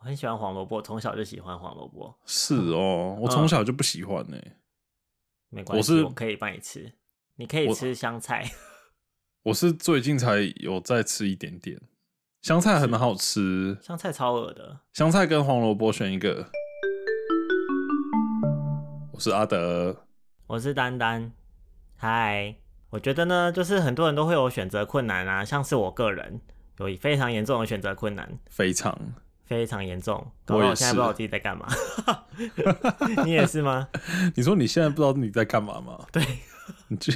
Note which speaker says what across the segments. Speaker 1: 我很喜欢黄萝卜，从小就喜欢黄萝卜，
Speaker 2: 是
Speaker 1: 嗯
Speaker 2: 哦，我从小就不喜欢呢、欸
Speaker 1: 没关
Speaker 2: 我
Speaker 1: 系，
Speaker 2: 是
Speaker 1: 我可以帮你吃，你可以
Speaker 2: 我
Speaker 1: 吃香菜，
Speaker 2: 我是最近才有再吃一点点，香菜很好吃，
Speaker 1: 香菜超恶的。
Speaker 2: 香菜跟黄萝卜选一个。我是阿德，
Speaker 1: 我是丹丹，嗨，我觉得呢，就是很多人都会有选择困难啊，像是我个人有非常严重的选择困难，
Speaker 2: 非常
Speaker 1: 非常严重，
Speaker 2: 我
Speaker 1: 搞不好
Speaker 2: 也
Speaker 1: 我现在
Speaker 2: 是
Speaker 1: 不知道我自己在干嘛。 你也是吗？
Speaker 2: 你说你现在不知道你在干嘛吗？对，你就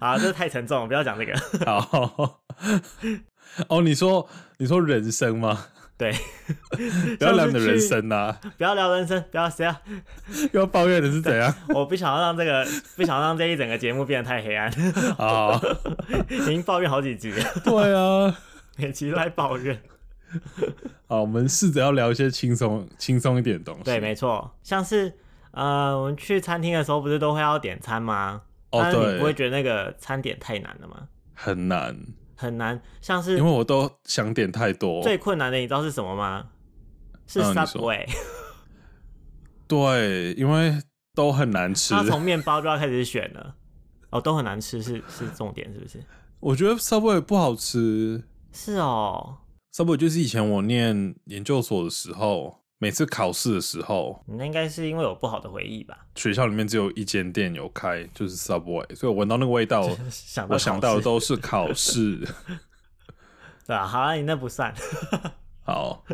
Speaker 1: 啊，这太沉重了，不要讲这个。
Speaker 2: 好 哦。你说你说人生吗？
Speaker 1: 对，
Speaker 2: 不要聊
Speaker 1: 上次
Speaker 2: 你的
Speaker 1: 去
Speaker 2: 人生呐、
Speaker 1: 不要聊人生，不要谁啊，
Speaker 2: 又要抱怨的是怎样？
Speaker 1: 我不想要让这个，不想让这一整个节目变得太黑暗，
Speaker 2: 啊，
Speaker 1: 已经抱怨好几集了，
Speaker 2: 对啊。
Speaker 1: 每集都在抱怨。
Speaker 2: 好，我们试着要聊一些轻松轻松一点的东西。
Speaker 1: 对，没错，像是呃，我们去餐厅的时候不是都会要点餐吗？
Speaker 2: 哦，
Speaker 1: 但是啊你不会
Speaker 2: 对，
Speaker 1: 觉得那个餐点太难了吗？
Speaker 2: 很难，
Speaker 1: 很难，像是
Speaker 2: 因为我都想点太多。
Speaker 1: 最困难的，你知道是什么吗？是
Speaker 2: 嗯你说
Speaker 1: Subway，、
Speaker 2: 对，因为都很难吃
Speaker 1: 它。从面包就要开始选了，哦，都很难吃，是是重点，是不是？
Speaker 2: 我觉得 Subway 不好吃
Speaker 1: 是哦，
Speaker 2: ，Subway 就是以前我念研究所的时候，每次考试的时候，
Speaker 1: 你那应该是因为有不好的回忆吧？
Speaker 2: 学校里面只有一间店有开，就是 Subway，所以我闻到那个味 道，
Speaker 1: 想到
Speaker 2: 我想到
Speaker 1: 考
Speaker 2: 的
Speaker 1: 试
Speaker 2: 都是 考试。
Speaker 1: 对啊，好啊，你那不算。
Speaker 2: 好，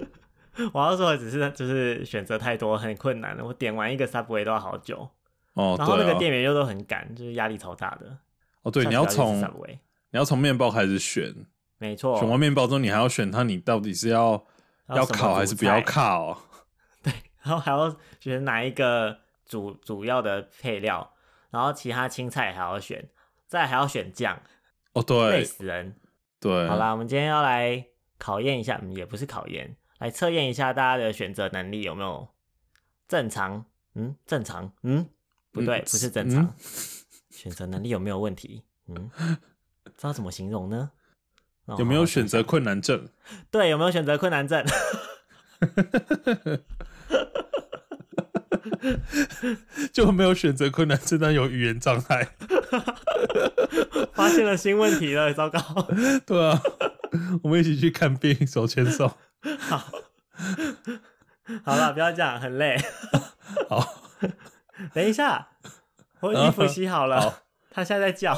Speaker 1: 我要说的只是就是选择太多，很困难。我点完一个 Subway 都要好久，
Speaker 2: 哦，
Speaker 1: 然后那
Speaker 2: 对
Speaker 1: 个
Speaker 2: 啊
Speaker 1: 店员又都很赶，就是压力超大的。
Speaker 2: 哦，对，
Speaker 1: 下
Speaker 2: 你
Speaker 1: 次
Speaker 2: 要
Speaker 1: 去
Speaker 2: 从
Speaker 1: Subway，
Speaker 2: 你要从面包开始选，
Speaker 1: 没错，
Speaker 2: 选完面包之后，你还要选它，你到底是要
Speaker 1: 要
Speaker 2: 要
Speaker 1: 什么
Speaker 2: 烤还是
Speaker 1: 主
Speaker 2: 不要
Speaker 1: 菜
Speaker 2: 烤？
Speaker 1: 然后还要选哪一个主主要的配料，然后其他青菜还要选，再还要选酱，
Speaker 2: 哦，
Speaker 1: 累
Speaker 2: 对
Speaker 1: 死人。
Speaker 2: 对，
Speaker 1: 好啦，我们今天要来考验一下，嗯，也不是考验，来测验一下大家的选择能力有没有正常？嗯，正常，嗯，不对，
Speaker 2: 嗯
Speaker 1: 不是正常，
Speaker 2: 嗯
Speaker 1: 选择能力有没有问题？ 嗯，不知道怎么形容呢？那我
Speaker 2: 有没
Speaker 1: 好
Speaker 2: 有
Speaker 1: 好想
Speaker 2: 选择困难症？
Speaker 1: 对，有没有选择困难症？
Speaker 2: 就没有选择困难症，但有语言障碍。
Speaker 1: 发现了新问题了，糟糕！
Speaker 2: 对啊， 我们一起去看病，手牵 手。
Speaker 1: 好了，不要这样，很累。
Speaker 2: 好，
Speaker 1: 等一下，我衣服洗好了，他现在在叫。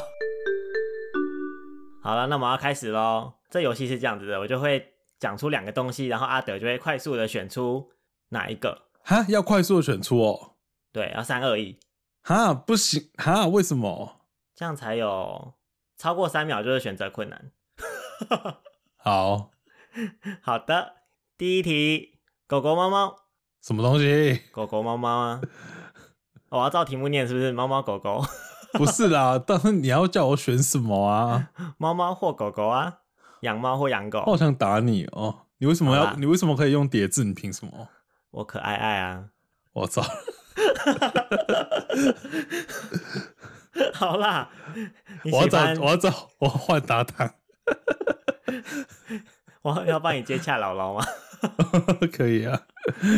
Speaker 1: 好了，那我们要开始喽。这游戏是这样子的，我就会讲出两个东西，然后阿德就会快速的选出哪一个。
Speaker 2: 哈，要快速的选出哦。
Speaker 1: 对，要三二一，
Speaker 2: 哈，不行，哈，为什么？
Speaker 1: 这样才有超过三秒就是选择困难。
Speaker 2: 好，
Speaker 1: 好的，第一题，狗狗猫猫，
Speaker 2: 什么东 西？
Speaker 1: 狗狗猫猫啊。 我要照题目念，是不是？猫猫狗狗，
Speaker 2: 不是啦，但是你要叫我选什么啊？
Speaker 1: 猫猫或狗狗啊，养猫或养狗，
Speaker 2: 我好想打你哦！你为什么
Speaker 1: 好
Speaker 2: 要？
Speaker 1: 啦
Speaker 2: 你为什么可以用叠字？你凭什么？
Speaker 1: 我可爱爱啊。
Speaker 2: 我操！
Speaker 1: 好啦，你
Speaker 2: 我要
Speaker 1: 喜
Speaker 2: 找
Speaker 1: 欢，
Speaker 2: 我要找我换搭档，
Speaker 1: 我要帮你接洽姥 姥吗？
Speaker 2: 可以啊？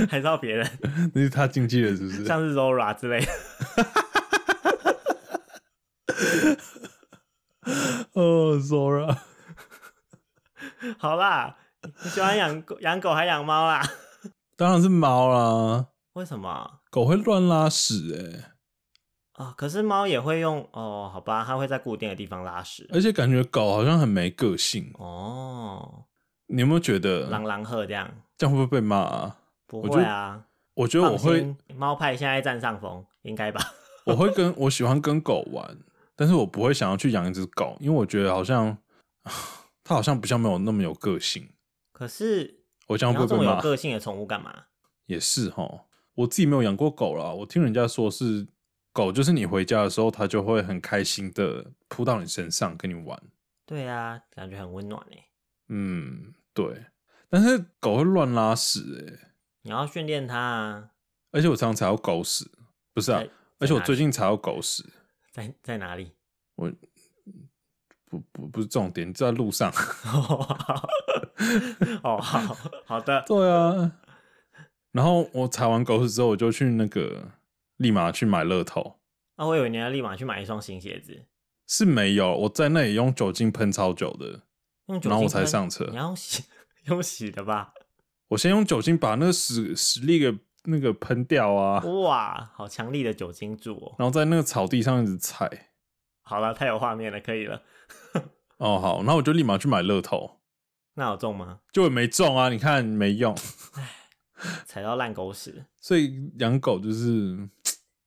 Speaker 1: 还是要别人，
Speaker 2: 那是他经纪人是不是？
Speaker 1: 像是 Zora 之类的？
Speaker 2: 哦，Zora，
Speaker 1: 好啦，你喜欢养狗 养狗还养猫啦？
Speaker 2: 当然是猫啦，
Speaker 1: 为什么
Speaker 2: 狗会乱拉屎哎、
Speaker 1: 啊、可是猫也会用哦，好吧，它会在固定的地方拉屎。
Speaker 2: 而且感觉狗好像很没个性。
Speaker 1: 哦，
Speaker 2: 你有没有觉得
Speaker 1: 狼狼赫这样
Speaker 2: 这样会不会被骂、啊？
Speaker 1: 不
Speaker 2: 我
Speaker 1: 会
Speaker 2: 觉得
Speaker 1: 啊？
Speaker 2: 我觉得我
Speaker 1: 放
Speaker 2: 会，
Speaker 1: 心，猫派现在占上风，应该吧？
Speaker 2: 我会跟我喜欢跟狗玩，但是我不会想要去养一只狗，因为我觉得好像 它好像不像没有那么有个性。
Speaker 1: 可是
Speaker 2: 我这
Speaker 1: 你要
Speaker 2: 样会
Speaker 1: 这
Speaker 2: 不
Speaker 1: 么
Speaker 2: 会被
Speaker 1: 有
Speaker 2: 骂？
Speaker 1: 个性的宠物干嘛？
Speaker 2: 也是哈，我自己没有养过狗啦，我听人家说是狗，就是你回家的时候，它就会很开心的扑到你身上跟你玩。
Speaker 1: 对啊，感觉很温暖诶。
Speaker 2: 嗯，对。但是狗会乱拉屎欸诶、
Speaker 1: 你要训练它啊，
Speaker 2: 而且我常常踩到狗屎，不是啊
Speaker 1: 在，
Speaker 2: 而且我
Speaker 1: 哪
Speaker 2: 最
Speaker 1: 里
Speaker 2: 近踩到狗屎，
Speaker 1: 在在哪里？
Speaker 2: 我不不不是重 点，就在路上。
Speaker 1: 哦，好好好的，
Speaker 2: 对啊，然后我踩完狗屎之后，我就去那个立马去买乐透，
Speaker 1: 啊，我以为你要立马去买一双新鞋子，
Speaker 2: 是没有，我在那里用酒精喷超久的，
Speaker 1: 用酒精
Speaker 2: 然后我才
Speaker 1: 喷
Speaker 2: 上车
Speaker 1: 你要用洗用洗的吧？
Speaker 2: 我先用酒精把那个屎屎粒给那个喷掉啊，
Speaker 1: 哦哇，好强力的酒精柱哦！
Speaker 2: 然后在那个草地上一直踩。
Speaker 1: 好了，太有画面了，可以了。
Speaker 2: 哦，好，然后我就立马去买乐透，
Speaker 1: 那有中吗？
Speaker 2: 就没中啊，你看没用，
Speaker 1: 踩到烂狗屎
Speaker 2: 所以养狗就是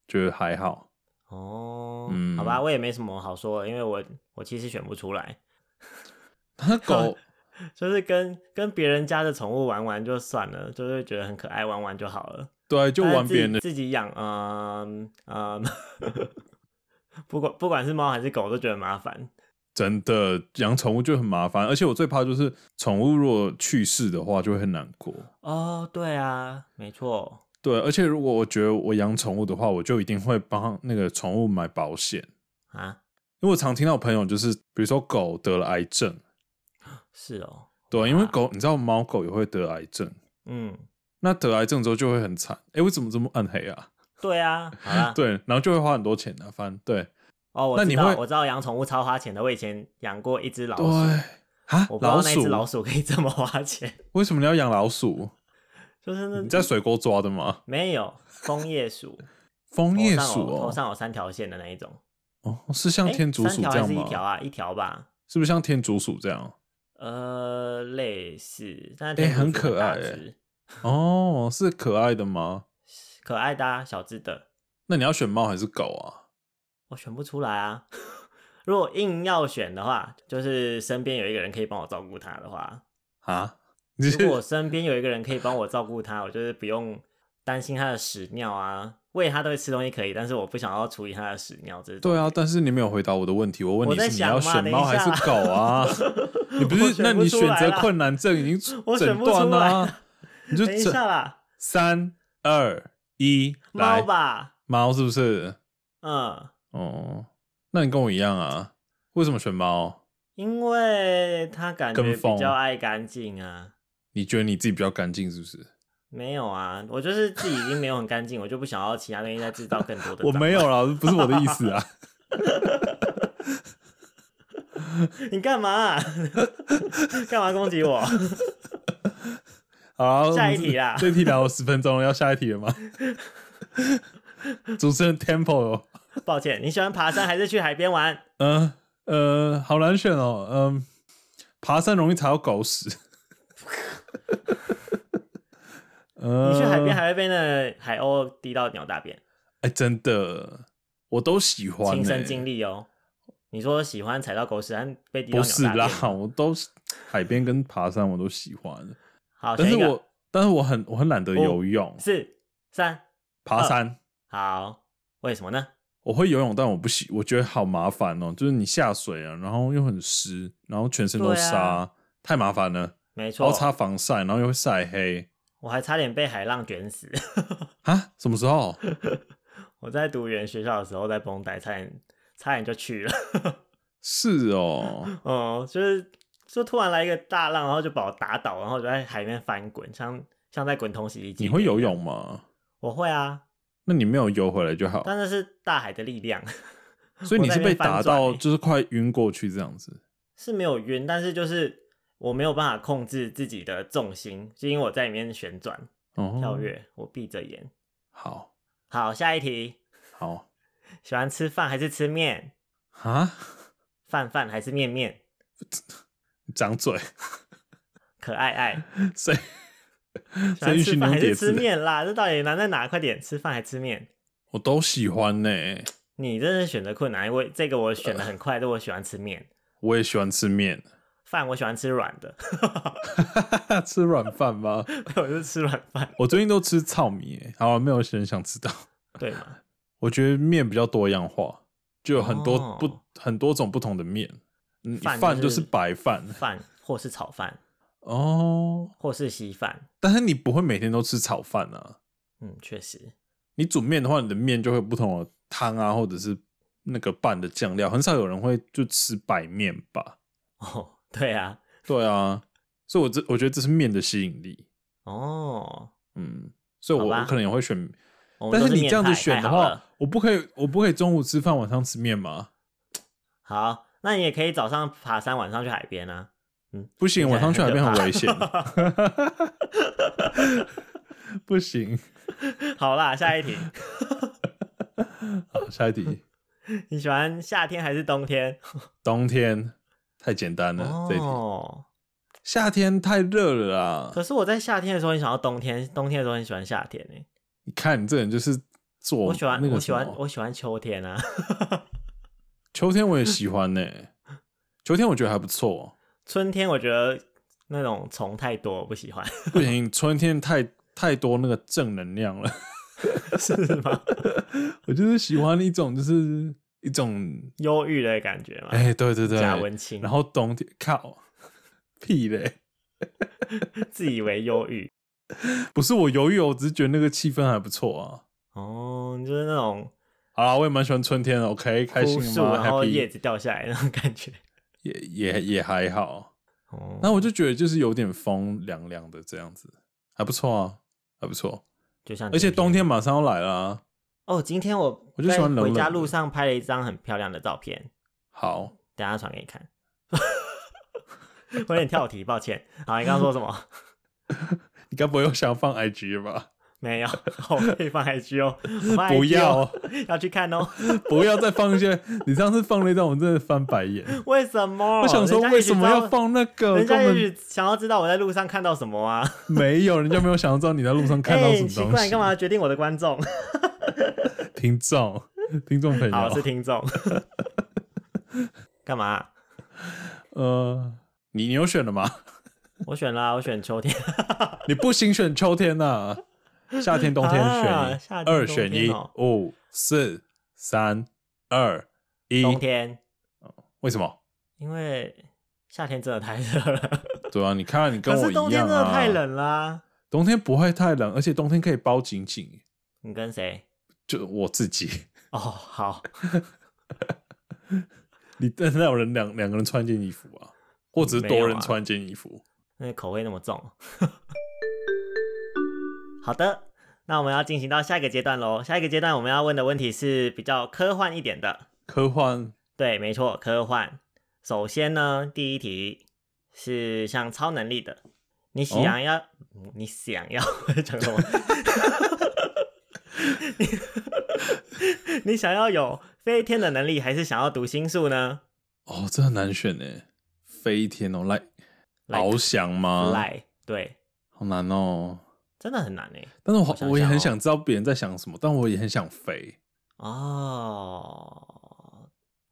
Speaker 2: 觉得还好。
Speaker 1: 哦。
Speaker 2: 嗯
Speaker 1: 好吧，我也没什么好说的，因为我我其实选不出来，
Speaker 2: 它狗
Speaker 1: 就是跟跟别人家的宠物玩玩就算了，就是觉得很可爱，玩玩就好了。
Speaker 2: 对，就
Speaker 1: 但是
Speaker 2: 玩
Speaker 1: 自
Speaker 2: 别人
Speaker 1: 己
Speaker 2: 的，
Speaker 1: 自己养，嗯嗯， 不管不管是猫还是狗，都觉得麻烦。
Speaker 2: 真的养宠物就很麻烦，而且我最怕就是宠物如果去世的话，就会很难过。
Speaker 1: 哦，对啊，没错。
Speaker 2: 对，而且如果我觉得我养宠物的话，我就一定会帮那个宠物买保险，
Speaker 1: 啊，
Speaker 2: 因为我常听到朋友就是，比如说狗得了癌症，
Speaker 1: 是哦，
Speaker 2: 对，因为
Speaker 1: 哇
Speaker 2: 狗，你知道猫狗也会得癌症，
Speaker 1: 嗯，
Speaker 2: 那得癌症之后就会很惨。哎、我怎么这么暗黑啊？
Speaker 1: 对啊，好啦，
Speaker 2: 对，然后就会花很多钱啊，反正对
Speaker 1: 哦，我
Speaker 2: 那
Speaker 1: 知
Speaker 2: 你
Speaker 1: 道，
Speaker 2: 会
Speaker 1: 我知道养宠物超花钱的，我以前养过一只老鼠，
Speaker 2: 对啊
Speaker 1: 我，不知道
Speaker 2: 老
Speaker 1: 那一
Speaker 2: 鼠
Speaker 1: 只老鼠可以这么花钱，
Speaker 2: 为什么你要养老鼠？
Speaker 1: 就是那
Speaker 2: 你在水沟抓的吗？
Speaker 1: 没有枫叶鼠，
Speaker 2: 枫叶
Speaker 1: 头上
Speaker 2: 鼠
Speaker 1: 有头
Speaker 2: 哦，
Speaker 1: 上有三条线的那一种，
Speaker 2: 哦，是像
Speaker 1: 诶
Speaker 2: 天竺鼠
Speaker 1: 三条
Speaker 2: 这
Speaker 1: 还
Speaker 2: 样
Speaker 1: 是一条
Speaker 2: 吗？
Speaker 1: 啊，一条吧，
Speaker 2: 是不是像天竺鼠这样？
Speaker 1: 呃，类似，但是
Speaker 2: 诶
Speaker 1: 天竺
Speaker 2: 哎很
Speaker 1: 鼠
Speaker 2: 可
Speaker 1: 大
Speaker 2: 爱欸诶
Speaker 1: 只
Speaker 2: 哦，是可爱的吗？
Speaker 1: 可爱的、啊、小只的，
Speaker 2: 那你要选猫还是狗啊？
Speaker 1: 我选不出来啊。 如果硬要选的话，就是身边有一个人可以帮我照顾它的 话，
Speaker 2: 啊，你
Speaker 1: 如果我
Speaker 2: 是
Speaker 1: 身边有一个人可以帮我照顾它，我就是不用担心它的屎尿啊，喂它都会吃东西可以，但是我不想要处理它的屎尿这种。
Speaker 2: 对啊，但是你没有回答我的问题。我问
Speaker 1: 我
Speaker 2: 你
Speaker 1: 在
Speaker 2: 是你
Speaker 1: 想
Speaker 2: 要
Speaker 1: 嘛
Speaker 2: 选
Speaker 1: 等一
Speaker 2: 猫还是
Speaker 1: 下
Speaker 2: 狗啊？ 你不
Speaker 1: 我
Speaker 2: 是？
Speaker 1: 选
Speaker 2: 那
Speaker 1: 不
Speaker 2: 你
Speaker 1: 出
Speaker 2: 选
Speaker 1: 来
Speaker 2: 择
Speaker 1: 啦
Speaker 2: 困难症已经诊
Speaker 1: 我选不出
Speaker 2: 断
Speaker 1: 来
Speaker 2: 啦
Speaker 1: 啦，
Speaker 2: 你就
Speaker 1: 等一
Speaker 2: 诊
Speaker 1: 下 啦，
Speaker 2: 三二一，来
Speaker 1: 猫吧，
Speaker 2: 猫是不是？
Speaker 1: 嗯，
Speaker 2: 哦，那你跟我一样啊？为什么选猫？
Speaker 1: 因为它感觉
Speaker 2: 跟风
Speaker 1: 比较爱干净啊。
Speaker 2: 你觉得你自己比较干净是不是？
Speaker 1: 没有啊，我就是自己已经没有很干净，我就不想要其他东西再制造更多的。
Speaker 2: 我没有，啦，不是我的意思啊。
Speaker 1: 你干嘛啊、 干嘛攻击我？
Speaker 2: 好啊，
Speaker 1: 下
Speaker 2: 我们
Speaker 1: 一题啦
Speaker 2: 这这题聊了十分钟了，要下一题了吗？主持人 Temple，
Speaker 1: 抱歉，你喜欢爬山还是去海边玩？
Speaker 2: 嗯呃好难选哦，嗯、爬山容易踩到狗屎。呃
Speaker 1: 你去海边还会被那海鸥滴到鸟大便，
Speaker 2: 哎、真的，我都喜欢、欸，
Speaker 1: 亲身经历哦。你说喜欢踩到狗屎，但被滴到鸟
Speaker 2: 不是
Speaker 1: 大便
Speaker 2: 啦
Speaker 1: 吗，
Speaker 2: 我都是海边跟爬山我都喜欢，
Speaker 1: 好，
Speaker 2: 但
Speaker 1: 选
Speaker 2: 是
Speaker 1: 一个哦
Speaker 2: 我但是我很我很懒得游泳，
Speaker 1: 四三
Speaker 2: 爬
Speaker 1: 呃
Speaker 2: 山
Speaker 1: 好，为什么呢？
Speaker 2: 我会游泳，但我不喜，我觉得好麻烦哦，就是你下水啊，然后又很湿，然后全身都
Speaker 1: 对啊
Speaker 2: 沙，太麻烦了，
Speaker 1: 没错
Speaker 2: 然后，擦防晒，然后又会晒黑
Speaker 1: 我还差点被海浪卷死。
Speaker 2: 啊，什么时候？
Speaker 1: 我在读语言学校的时候在绷带，差点差点就去了。
Speaker 2: 是 哦，
Speaker 1: 哦、就是就突然来一个大浪，然后就把我打倒，然后就在海面翻滚，像像在滚筒洗衣机。
Speaker 2: 你会游？泳吗？
Speaker 1: 我会啊，
Speaker 2: 那你没有游回来就好，
Speaker 1: 但那是大海的力量。
Speaker 2: 所以
Speaker 1: 我
Speaker 2: 你
Speaker 1: 在
Speaker 2: 是
Speaker 1: 那
Speaker 2: 被
Speaker 1: 边
Speaker 2: 打
Speaker 1: 翻转
Speaker 2: 到
Speaker 1: 欸
Speaker 2: 就是快晕过去这样子。
Speaker 1: 是没有晕，但是就是我没有办法控制自己的重心，就因为我在里面旋转
Speaker 2: 哦，
Speaker 1: 跳跃，我闭着眼。
Speaker 2: 好，
Speaker 1: 好，下一题，
Speaker 2: 好
Speaker 1: 喜欢吃饭还是吃面？
Speaker 2: 啊，
Speaker 1: 饭饭还是面面？
Speaker 2: 张嘴，
Speaker 1: 可爱 爱，
Speaker 2: 谁
Speaker 1: 喜欢
Speaker 2: 允许
Speaker 1: 吃
Speaker 2: 你
Speaker 1: 饭
Speaker 2: 用
Speaker 1: 还
Speaker 2: 叠
Speaker 1: 是
Speaker 2: 字
Speaker 1: 吃
Speaker 2: 的？
Speaker 1: 面啦？这到底难在哪？快点，吃饭还吃面？
Speaker 2: 我都喜欢呢、
Speaker 1: 你真的选择困难，因为这个我选的很快，但我喜欢吃面，
Speaker 2: 我也喜欢吃面，
Speaker 1: 饭我喜欢吃软的，
Speaker 2: 吃软饭吗？
Speaker 1: 我是吃软饭，
Speaker 2: 我最近都吃糙米、欸，好、啊，没有人想知道。
Speaker 1: 对吗？
Speaker 2: 我觉得面比较多样化，就有很多
Speaker 1: 哦
Speaker 2: 不、很多种不同的面。嗯，
Speaker 1: 饭
Speaker 2: 饭就
Speaker 1: 就是是
Speaker 2: 白饭
Speaker 1: 饭或是炒饭，
Speaker 2: 哦，
Speaker 1: 或是稀饭，
Speaker 2: 但是你不会每天都吃炒饭啊。
Speaker 1: 嗯，确实，
Speaker 2: 你煮面的话，你的面就会有不同的汤啊，或者是那个拌的酱料，很少有人会就吃白面吧？
Speaker 1: 哦，对啊，
Speaker 2: 对啊，所以我这我觉得这是面的吸引力。
Speaker 1: 哦，
Speaker 2: 嗯，所以我
Speaker 1: 好吧
Speaker 2: 我可能也会选。
Speaker 1: 我们
Speaker 2: 但
Speaker 1: 都
Speaker 2: 是你
Speaker 1: 面
Speaker 2: 这样子
Speaker 1: 派
Speaker 2: 选
Speaker 1: 太
Speaker 2: 的
Speaker 1: 好
Speaker 2: 话
Speaker 1: 了，
Speaker 2: 我不可以，我不可以中午吃饭，晚上吃面吗？
Speaker 1: 好，那你也可以早上爬山，晚上去海边啊。
Speaker 2: 不行，
Speaker 1: 听起来
Speaker 2: 晚上去海边
Speaker 1: 很
Speaker 2: 很
Speaker 1: 可
Speaker 2: 危险。 不行，
Speaker 1: 好啦，下一题，
Speaker 2: 好，下一题，
Speaker 1: 你喜欢夏天还是冬 天？
Speaker 2: 冬天太简单了，这一题
Speaker 1: 哦，
Speaker 2: 夏天太热了啊！
Speaker 1: 可是我在夏天的时候很想要冬天，冬天的时候很喜欢夏天呢、欸
Speaker 2: 你看你这人就是做
Speaker 1: 我喜欢，
Speaker 2: 哦那个
Speaker 1: 我喜
Speaker 2: 什么
Speaker 1: 欢，我喜欢秋天啊。
Speaker 2: 秋天我也喜欢呢、秋天我觉得还不错，
Speaker 1: 春天我觉得那种虫太多，我不喜欢，
Speaker 2: 不行，春天太太多那个正能量了。
Speaker 1: 是吗？
Speaker 2: 我就是喜欢一种，就是一种，
Speaker 1: 忧郁的感觉 嘛，
Speaker 2: 哎、对对对，
Speaker 1: 假文青，
Speaker 2: 然后冬天靠屁嘞，
Speaker 1: 自以为忧郁。
Speaker 2: 不是我犹豫，哦我只是觉得那个气氛还不错啊。
Speaker 1: 哦，你就是那种
Speaker 2: 好啦，我也蛮喜欢春天的，OK，开
Speaker 1: 枯
Speaker 2: 心
Speaker 1: 树，
Speaker 2: 吗
Speaker 1: 然后叶
Speaker 2: ？Happy
Speaker 1: 子掉下来那种感觉。
Speaker 2: 也也也还好。
Speaker 1: 哦，
Speaker 2: 那我就觉得就是有点风凉凉的这样子，还不错啊，还不错。
Speaker 1: 就像
Speaker 2: 而且
Speaker 1: 今天
Speaker 2: 冬天马上要来了、啊，
Speaker 1: 哦，今天我
Speaker 2: 我就喜欢
Speaker 1: 在
Speaker 2: 冷
Speaker 1: 回家
Speaker 2: 冷的
Speaker 1: 路上拍了一张很漂亮的照片，
Speaker 2: 好，
Speaker 1: 等一下传给你看。 我有点跳题，抱歉。好，你刚刚说什么？
Speaker 2: 你该不会又想放 IG 吧？
Speaker 1: 没有，我可以放 IG 哦，我放 IG 哦
Speaker 2: 不要，啊
Speaker 1: 要去看哦。
Speaker 2: 不要再放一些，你上次放那张，我真的翻白眼。
Speaker 1: 为什么？
Speaker 2: 我想说，
Speaker 1: 哦人家
Speaker 2: 为
Speaker 1: 也许
Speaker 2: 什么
Speaker 1: 知道
Speaker 2: 要？放那个？
Speaker 1: 人
Speaker 2: 根
Speaker 1: 家也
Speaker 2: 本
Speaker 1: 许想要知道我在路上看到什么啊？
Speaker 2: 没有，人家没有想要知道你在路上看到
Speaker 1: 哎
Speaker 2: 什么
Speaker 1: 奇
Speaker 2: 东
Speaker 1: 怪，你
Speaker 2: 西
Speaker 1: 干。嘛决定我的观众？
Speaker 2: 听众，听众朋
Speaker 1: 好，是
Speaker 2: 友，
Speaker 1: 听众。 干嘛？啊
Speaker 2: 呃，你你有选 了吗？
Speaker 1: 我选啦，我选秋天。
Speaker 2: 你不行选秋天呐、夏天、冬天
Speaker 1: 啊
Speaker 2: 选
Speaker 1: 夏
Speaker 2: 一，
Speaker 1: 天
Speaker 2: 二选
Speaker 1: 冬
Speaker 2: 一
Speaker 1: 天哦，
Speaker 2: 五、四、三、二、一。
Speaker 1: 冬天，
Speaker 2: 为什么？
Speaker 1: 因为夏天真的太热了，
Speaker 2: 对啊，你看你跟
Speaker 1: 可
Speaker 2: 我
Speaker 1: 是
Speaker 2: 一
Speaker 1: 冬天
Speaker 2: 样
Speaker 1: 真的
Speaker 2: 啊。
Speaker 1: 太，冷啦、
Speaker 2: 冬天不会太冷，而且冬天可以包紧紧。
Speaker 1: 你跟谁？
Speaker 2: 就我 自己，
Speaker 1: 哦，好，
Speaker 2: 你但是有人两两个人穿一件衣服啊，或者是
Speaker 1: 没有
Speaker 2: 多
Speaker 1: 啊
Speaker 2: 人穿一件衣服。
Speaker 1: 那口味那么重。好的，那我们要进行到下一个阶段喽。下一个阶段我们要问的问题是比较科幻一点的。
Speaker 2: 科幻
Speaker 1: 对，没错，科幻。首先呢，第一题是像超能力的，你想要，嗯你想要 我在讲什么？ 你你想要有飞天的能力，还是想要读心术呢？
Speaker 2: 哦，这很难选呢。飞天哦，来
Speaker 1: 来
Speaker 2: 翱翔吗？
Speaker 1: 来，对，
Speaker 2: 好难哦。
Speaker 1: 真的很难哎。
Speaker 2: 但是我
Speaker 1: 我想
Speaker 2: 我也
Speaker 1: 想
Speaker 2: 很
Speaker 1: 哦
Speaker 2: 想知道别人在想什么，但我也很想飞。
Speaker 1: 哦，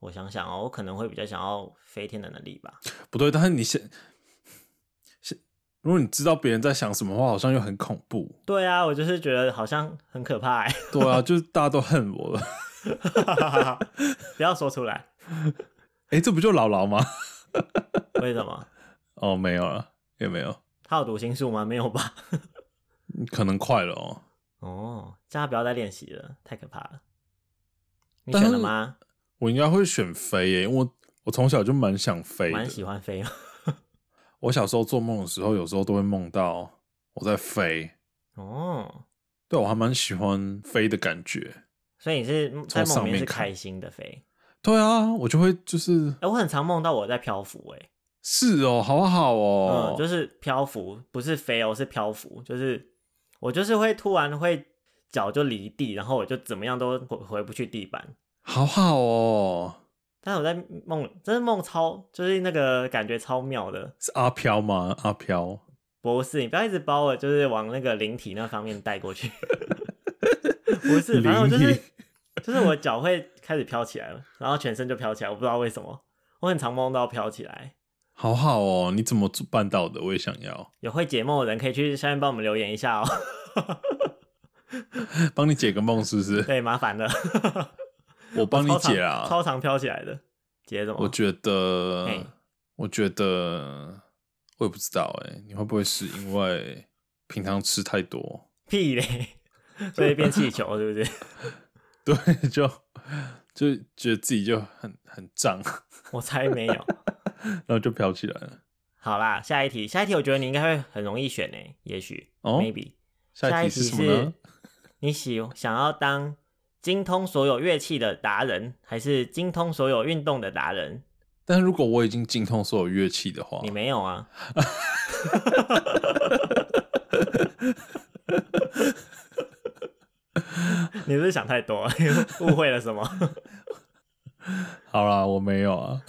Speaker 1: 我想想哦，我可能会比较想要飞天的能力吧。
Speaker 2: 不对，但是你想，想如果你知道别人在想什么的话，好像又很恐怖。
Speaker 1: 对啊，我就是觉得好像很可怕哎。
Speaker 2: 对啊， 就是大家都恨我了。
Speaker 1: 不要说出来，
Speaker 2: 哎、这不就姥姥吗？
Speaker 1: 为什么？
Speaker 2: 哦，没有了，也没有，
Speaker 1: 他有读心术吗？没有吧？
Speaker 2: 可能快了哦。
Speaker 1: 哦， 叫他不要再练习了，太可怕了。你
Speaker 2: 但是
Speaker 1: 选了吗？
Speaker 2: 我应该会选飞耶、因为我我从小就蛮想飞
Speaker 1: 蛮
Speaker 2: 的。
Speaker 1: 喜欢飞吗？啊
Speaker 2: 我小时候做梦的时候，有时候都会梦到我在飞。
Speaker 1: 哦，
Speaker 2: 对我还蛮喜欢飞的感觉。
Speaker 1: 所以你是在梦
Speaker 2: 从上
Speaker 1: 里面
Speaker 2: 面
Speaker 1: 是
Speaker 2: 看
Speaker 1: 开心的飞。
Speaker 2: 对啊，我就会就是
Speaker 1: 哎、我很常梦到我在漂浮、欸，
Speaker 2: 是哦，好好
Speaker 1: 哎，
Speaker 2: 哦，
Speaker 1: 嗯，就是漂浮，不是飞哦，是漂浮，就是我就是会突然会脚就离地，然后我就怎么样都回回不去地板。
Speaker 2: 好好哦，
Speaker 1: 但是我在梦，真是梦超，就是那个感觉超妙的。
Speaker 2: 是阿飘吗？阿飘，
Speaker 1: 不是，你不要一直把我就是往那个灵体那方面带过 去。不是，反正我就是
Speaker 2: 灵
Speaker 1: 就是我脚会开始飘起来了，然后全身就飘起来，我不知道为什么，我很常梦到飘起来。
Speaker 2: 好好哦，你怎么做办到的？我也想要
Speaker 1: 有会解梦的人可以去下面帮我们留言一下 哦，
Speaker 2: 帮你解个梦，是不是？
Speaker 1: 对，麻烦了。
Speaker 2: 我帮你解
Speaker 1: 超常
Speaker 2: 啊。
Speaker 1: 超常飘起来的，解什么？
Speaker 2: 我觉
Speaker 1: 嘿
Speaker 2: 得，我觉得，我也不知道哎、你会不会是因为平常吃太多，
Speaker 1: 屁嘞，所以变气球是不是？
Speaker 2: 对，就就觉得自己就很很胀，
Speaker 1: 我猜没有。
Speaker 2: 然后就飘起来了。
Speaker 1: 好啦，下一题，下一题我觉得你应该会很容易选呢，也许、
Speaker 2: 哦
Speaker 1: maybe 下
Speaker 2: 下
Speaker 1: 一
Speaker 2: 一
Speaker 1: 题
Speaker 2: 题是什么
Speaker 1: 是
Speaker 2: 呢？
Speaker 1: 你喜想要当精通所有乐器的达人，还是精通所有运动的达人？
Speaker 2: 但如果我已经精通所有乐器的话
Speaker 1: 你，没有 啊？你是不是想太多， 误会了什么？
Speaker 2: 好啦，我没有啊。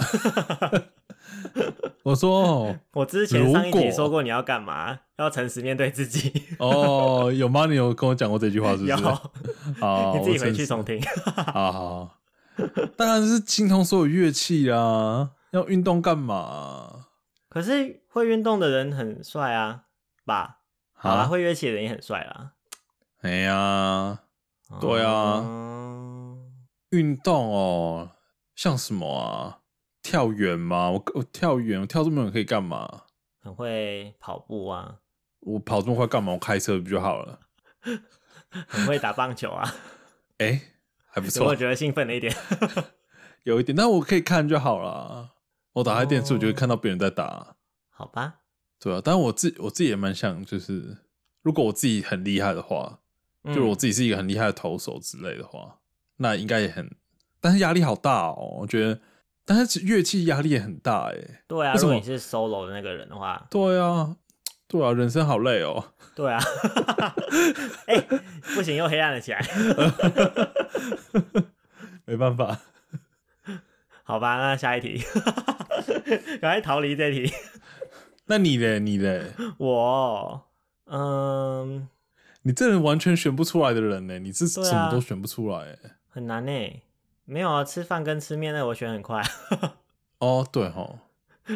Speaker 2: 我说哦
Speaker 1: 我之前上一
Speaker 2: 如
Speaker 1: 集
Speaker 2: 果
Speaker 1: 说过你要干嘛，要诚实面对自己。
Speaker 2: 哦，有吗？你有跟我讲过这句话是不是？
Speaker 1: 要
Speaker 2: 好，
Speaker 1: 你自己
Speaker 2: 我
Speaker 1: 回
Speaker 2: 真
Speaker 1: 去
Speaker 2: 是
Speaker 1: 重听。
Speaker 2: 好好，当然是精通所有乐器啊！要运动干嘛啊？
Speaker 1: 可是会运动的人很帅啊，吧？好啦，会乐器的人也很帅啦。
Speaker 2: 啊哎呀，对啊
Speaker 1: 哦
Speaker 2: 运动哦，像什么啊？跳远吗？我我跳远，我跳这么远可以干嘛？
Speaker 1: 很会跑步啊，
Speaker 2: 我跑这么快干嘛？我开车不就好了？
Speaker 1: 很会打棒 球啊，
Speaker 2: 哎、还不
Speaker 1: 所以我
Speaker 2: 错，
Speaker 1: 觉得兴奋了一点。
Speaker 2: 有一点，但我可以看就好了。我打开电视，我
Speaker 1: 哦
Speaker 2: 就会看到别人在打，
Speaker 1: 好吧，
Speaker 2: 对啊。但我自我自己也蛮想，就是如果我自己很厉害的话，
Speaker 1: 嗯
Speaker 2: 就是我自己是一个很厉害的投手之类的话，那应该也很，但是压力好大哦。我觉得，但是乐器压力也很大哎、
Speaker 1: 对啊，
Speaker 2: 为什
Speaker 1: 如果
Speaker 2: 么
Speaker 1: 你是 solo 的那个人的话，
Speaker 2: 对啊，对啊，人生好累 哦。
Speaker 1: 对啊，哎、不行，又黑暗了起来。
Speaker 2: 没办法，
Speaker 1: 好吧，那下一题， 赶快逃离这题。
Speaker 2: 那你嘞，你嘞，
Speaker 1: 我，嗯，
Speaker 2: 你这人完全选不出来的人呢，你是
Speaker 1: 对啊
Speaker 2: 什么都选不出来欸。
Speaker 1: 很难呢、没有啊，吃饭跟吃面那我选很快，
Speaker 2: 哦，对哦，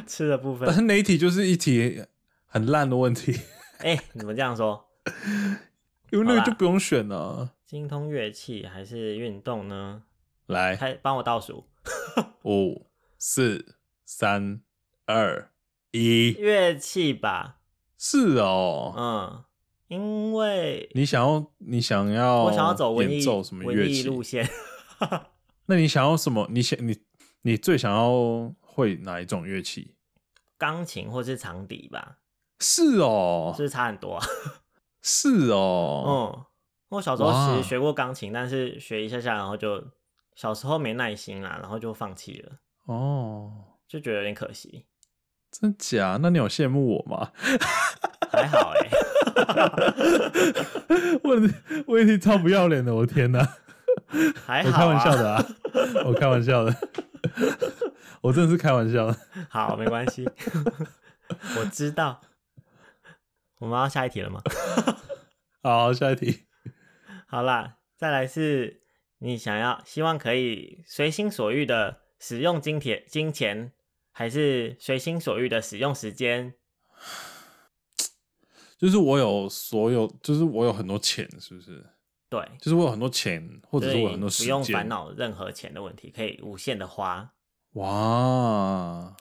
Speaker 1: 吃的部分
Speaker 2: 但。是那一题就是一题很烂的问题，
Speaker 1: 哎、你怎么这样说？
Speaker 2: 因为那
Speaker 1: 好啦
Speaker 2: 个就不用选啊了。
Speaker 1: 精通乐器还是运动呢？
Speaker 2: 来，
Speaker 1: 开，帮我倒数，
Speaker 2: 五、四、三、二、一，
Speaker 1: 乐器吧。
Speaker 2: 是哦。
Speaker 1: 嗯，因为
Speaker 2: 你想要，你想要，
Speaker 1: 我想要走文艺
Speaker 2: 哦演奏什么乐
Speaker 1: 文艺
Speaker 2: 器？
Speaker 1: 路线，
Speaker 2: 那你想要什么？你想你你最想要会哪一种乐器？
Speaker 1: 钢琴或是长笛吧，
Speaker 2: 是哦
Speaker 1: 是，不是差很多啊？
Speaker 2: 是哦，
Speaker 1: 嗯，我小时候其
Speaker 2: 哇
Speaker 1: 实学过钢琴，但是学一下下，然后就小时候没耐心啦，然后就放弃了，
Speaker 2: 哦，
Speaker 1: 就觉得有点可惜。
Speaker 2: 真假？那你有羡慕我吗？
Speaker 1: 还好哎、
Speaker 2: 问问题超不要脸的，我天哪！
Speaker 1: 还
Speaker 2: 我开
Speaker 1: 好、啊。
Speaker 2: 玩笑的啊，我开玩笑的，我真的是开玩笑的。
Speaker 1: 好，没关系， 我知道。我们要下一题了吗？
Speaker 2: 好，下一题。
Speaker 1: 好啦，再来是你想要希望可以随心所欲的使用金铁金钱，还是随心所欲的使用时间？
Speaker 2: 就是我有所有，就是我有很多钱，是不是？
Speaker 1: 对，
Speaker 2: 就是我有很多钱，或者
Speaker 1: 所
Speaker 2: 是
Speaker 1: 以
Speaker 2: 我有很多时
Speaker 1: 不
Speaker 2: 间，
Speaker 1: 用烦恼任何钱的问题，可以无限的花，
Speaker 2: 哇，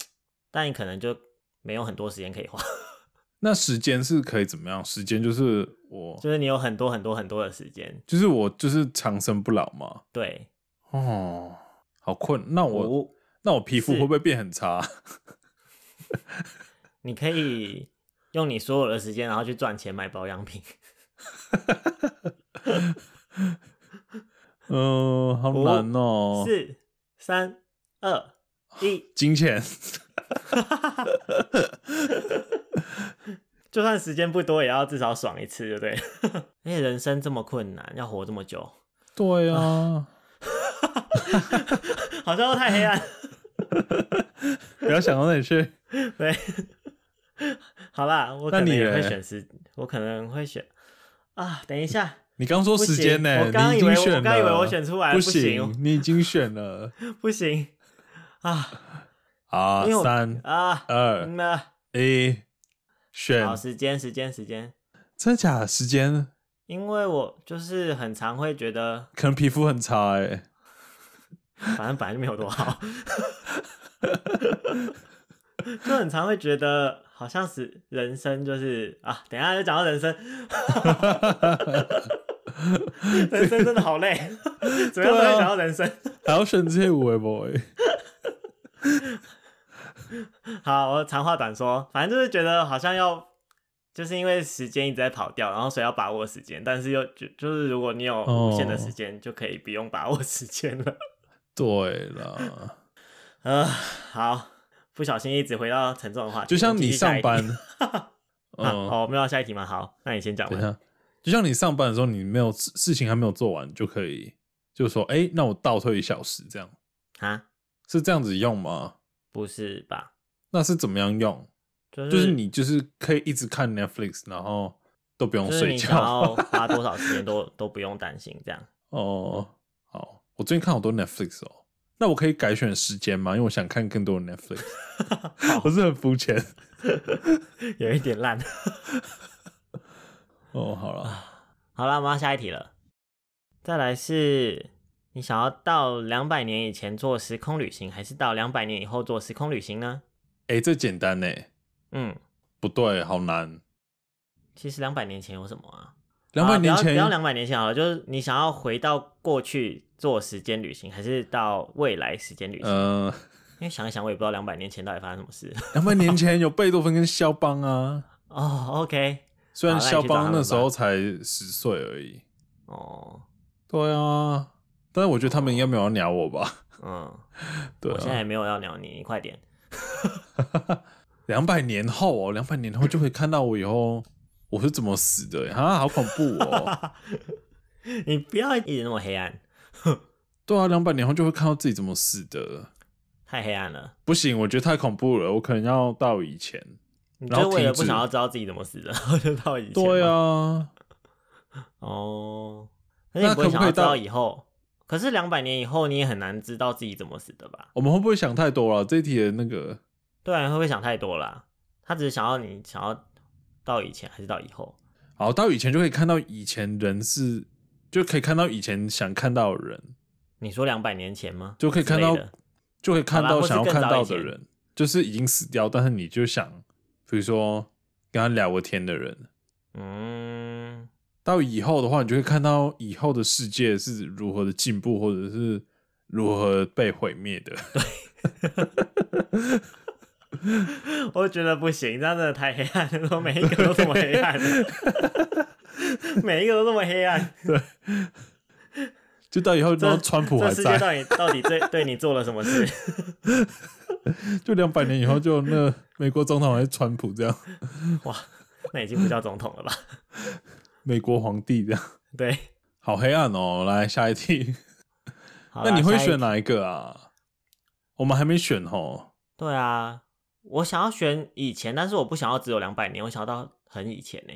Speaker 1: 但你可能就没有很多时间可以花，
Speaker 2: 那时间是可以怎么样？时间就是我，
Speaker 1: 就是你有很多很多很多的时间。
Speaker 2: 就是我，就是长生不老嘛。
Speaker 1: 对，
Speaker 2: 哦，好困。那我，
Speaker 1: 五，
Speaker 2: 那我皮肤
Speaker 1: 四
Speaker 2: 会不会变很差？
Speaker 1: 你可以 用你所有的时间，然后去赚钱买保养品。
Speaker 2: 嗯，好难哦。
Speaker 1: 四、三、二、一。
Speaker 2: 金钱，
Speaker 1: 就算时间不多，也要至少爽一次，对不 对？而且人生这么困难，要活这么久，
Speaker 2: 对 啊，
Speaker 1: 好像又太黑 暗。
Speaker 2: 不要想到那里去。
Speaker 1: 对， 好啦，我可
Speaker 2: 那
Speaker 1: 能
Speaker 2: 你
Speaker 1: 也会
Speaker 2: 嘞
Speaker 1: 选时，我可能会选啊。等一下，
Speaker 2: 你刚说
Speaker 1: 不
Speaker 2: 时
Speaker 1: 行
Speaker 2: 间呢？
Speaker 1: 我刚
Speaker 2: 你已
Speaker 1: 以为
Speaker 2: 经
Speaker 1: 我
Speaker 2: 选
Speaker 1: 我刚以为
Speaker 2: 了
Speaker 1: 我选出来了
Speaker 2: 不
Speaker 1: 不行
Speaker 2: 行，你已经选了
Speaker 1: 不行啊
Speaker 2: 啊
Speaker 1: 因为！我
Speaker 2: 三
Speaker 1: 啊，
Speaker 2: 二
Speaker 1: 那
Speaker 2: 一，选
Speaker 1: 好，时间，时间，时间，
Speaker 2: 真假的时间，
Speaker 1: 因为我就是很常会觉得，
Speaker 2: 可能皮肤很差哎。
Speaker 1: 反正本来就没有多好， 就很常会觉得好像是人生就是啊，等一下就讲到人生， 人生真的好累，怎么样都会想到人生。
Speaker 2: 还要选这些五位 boy，
Speaker 1: 好，我长话短说，反正就是觉得好像要就是因为时间一直在跑掉，然后所以要把握时间，但是又就就是如果你有
Speaker 2: 哦
Speaker 1: 无限的时间，就可以不用把握时间了。
Speaker 2: 对啦，
Speaker 1: 啊、好，不小心一直回到沉重的话题，
Speaker 2: 就像
Speaker 1: 我们
Speaker 2: 你
Speaker 1: 继续下
Speaker 2: 上
Speaker 1: 一
Speaker 2: 班
Speaker 1: 题。， 啊，
Speaker 2: 嗯，
Speaker 1: 哦，没有下一题吗？好，那你先讲
Speaker 2: 等一
Speaker 1: 完。
Speaker 2: 下，就像你上班的时候，你没有事事情还没有做完，就可以就说，哎、那我倒退一小时，这样
Speaker 1: 啊，
Speaker 2: 是这样子用吗？
Speaker 1: 不是吧？
Speaker 2: 那是怎么样用？
Speaker 1: 就是
Speaker 2: 就是你就是可以一直看 Netflix，然后都不用
Speaker 1: 就是
Speaker 2: 睡
Speaker 1: 你想要
Speaker 2: 觉。
Speaker 1: 花多少时间都都不用担心这样。
Speaker 2: 哦，好，我最近看好多 Netflix 哦。那我可以改选时间吗？因为我想看更多的 Netflix。我是很肤浅。
Speaker 1: 有一点烂。
Speaker 2: 哦，好
Speaker 1: 啊
Speaker 2: 了，
Speaker 1: 好啦，我们要下一题了。再来是你想要到两百年以前做时空旅行，还是到两百年以后做时空旅行呢？
Speaker 2: 哎、这简单呢？
Speaker 1: 嗯，
Speaker 2: 不对，好难。
Speaker 1: 其实两百年前有什么啊？
Speaker 2: 两百年
Speaker 1: 啊不
Speaker 2: 前
Speaker 1: 要两百年前好了，就是你想要回到过去做时间旅行，还是到未来时间旅行？
Speaker 2: 呃，
Speaker 1: 因为想一想，我也不知道两百年前到底发生什么事。
Speaker 2: 两百年前有贝多芬跟肖邦啊。
Speaker 1: 哦，OK，
Speaker 2: 虽然
Speaker 1: 好那
Speaker 2: 肖
Speaker 1: 你去找他
Speaker 2: 邦
Speaker 1: 们
Speaker 2: 那
Speaker 1: 吧
Speaker 2: 时候才十岁而已，
Speaker 1: 哦，
Speaker 2: 对啊，但是我觉得他们应该没有要鸟我吧？
Speaker 1: 嗯，
Speaker 2: 对
Speaker 1: 我现在
Speaker 2: 啊，
Speaker 1: 也没有要鸟你，你快点。
Speaker 2: 两百年后哦，两百年后就可以看到我以后我是怎么死的欸啊，好恐怖哦！
Speaker 1: 你不要一直那么黑暗，
Speaker 2: 对啊，两百年后就会看到自己怎么死的，
Speaker 1: 太黑暗了。
Speaker 2: 不行，我觉得太恐怖了，我可能要到以前。
Speaker 1: 你
Speaker 2: 然
Speaker 1: 就
Speaker 2: 后
Speaker 1: 为了
Speaker 2: 停
Speaker 1: 不想
Speaker 2: 止
Speaker 1: 要知道自己怎么死的，然 后就到以前。
Speaker 2: 对，啊，
Speaker 1: 哦，而且你
Speaker 2: 那
Speaker 1: 不会
Speaker 2: 可不
Speaker 1: 想
Speaker 2: 可
Speaker 1: 要
Speaker 2: 以
Speaker 1: 知道
Speaker 2: 到
Speaker 1: 以后。可是两百年以后，你也很难知道自己怎么死的吧？
Speaker 2: 我们会不会想太多啊了？这一题的那个
Speaker 1: 对啊，你会不会想太多啦？他只是想要你想要到以前还是到以后？
Speaker 2: 好，到以前就可以看到以前人是，就可以看到以前想看到的人，
Speaker 1: 你说两百年前吗？
Speaker 2: 就可以
Speaker 1: 之
Speaker 2: 看
Speaker 1: 类
Speaker 2: 到
Speaker 1: 的，
Speaker 2: 就可以看
Speaker 1: 好
Speaker 2: 到
Speaker 1: 啦或是
Speaker 2: 想要看
Speaker 1: 更
Speaker 2: 到
Speaker 1: 早
Speaker 2: 的
Speaker 1: 以前
Speaker 2: 人，就是已经死掉，但是你就想，比如说跟他聊过天的人，
Speaker 1: 嗯，
Speaker 2: 到以后的话，你就会看到以后的世界是如何的进步，或者是如何被毁灭的。
Speaker 1: 我觉得不行，这样真的太黑暗了。 说每一个都这么黑暗， 每一个都这么黑暗，
Speaker 2: 就到以后，然后
Speaker 1: 这
Speaker 2: 川普
Speaker 1: 这
Speaker 2: 还
Speaker 1: 世界
Speaker 2: 在，
Speaker 1: 到底到底对对你做了什么事？
Speaker 2: 就两百年以后，就那美国总统还是川普这样，
Speaker 1: 那已经不叫总统了吧？
Speaker 2: 美国皇帝这样，
Speaker 1: 对，
Speaker 2: 好黑暗哦。来下一题，
Speaker 1: 好
Speaker 2: 那
Speaker 1: 啦
Speaker 2: 你会
Speaker 1: 下一
Speaker 2: 选哪一个啊？我们还没选哦。
Speaker 1: 对啊，我想要选以前，但是我不想要只有两百年，我想要到很以前呢、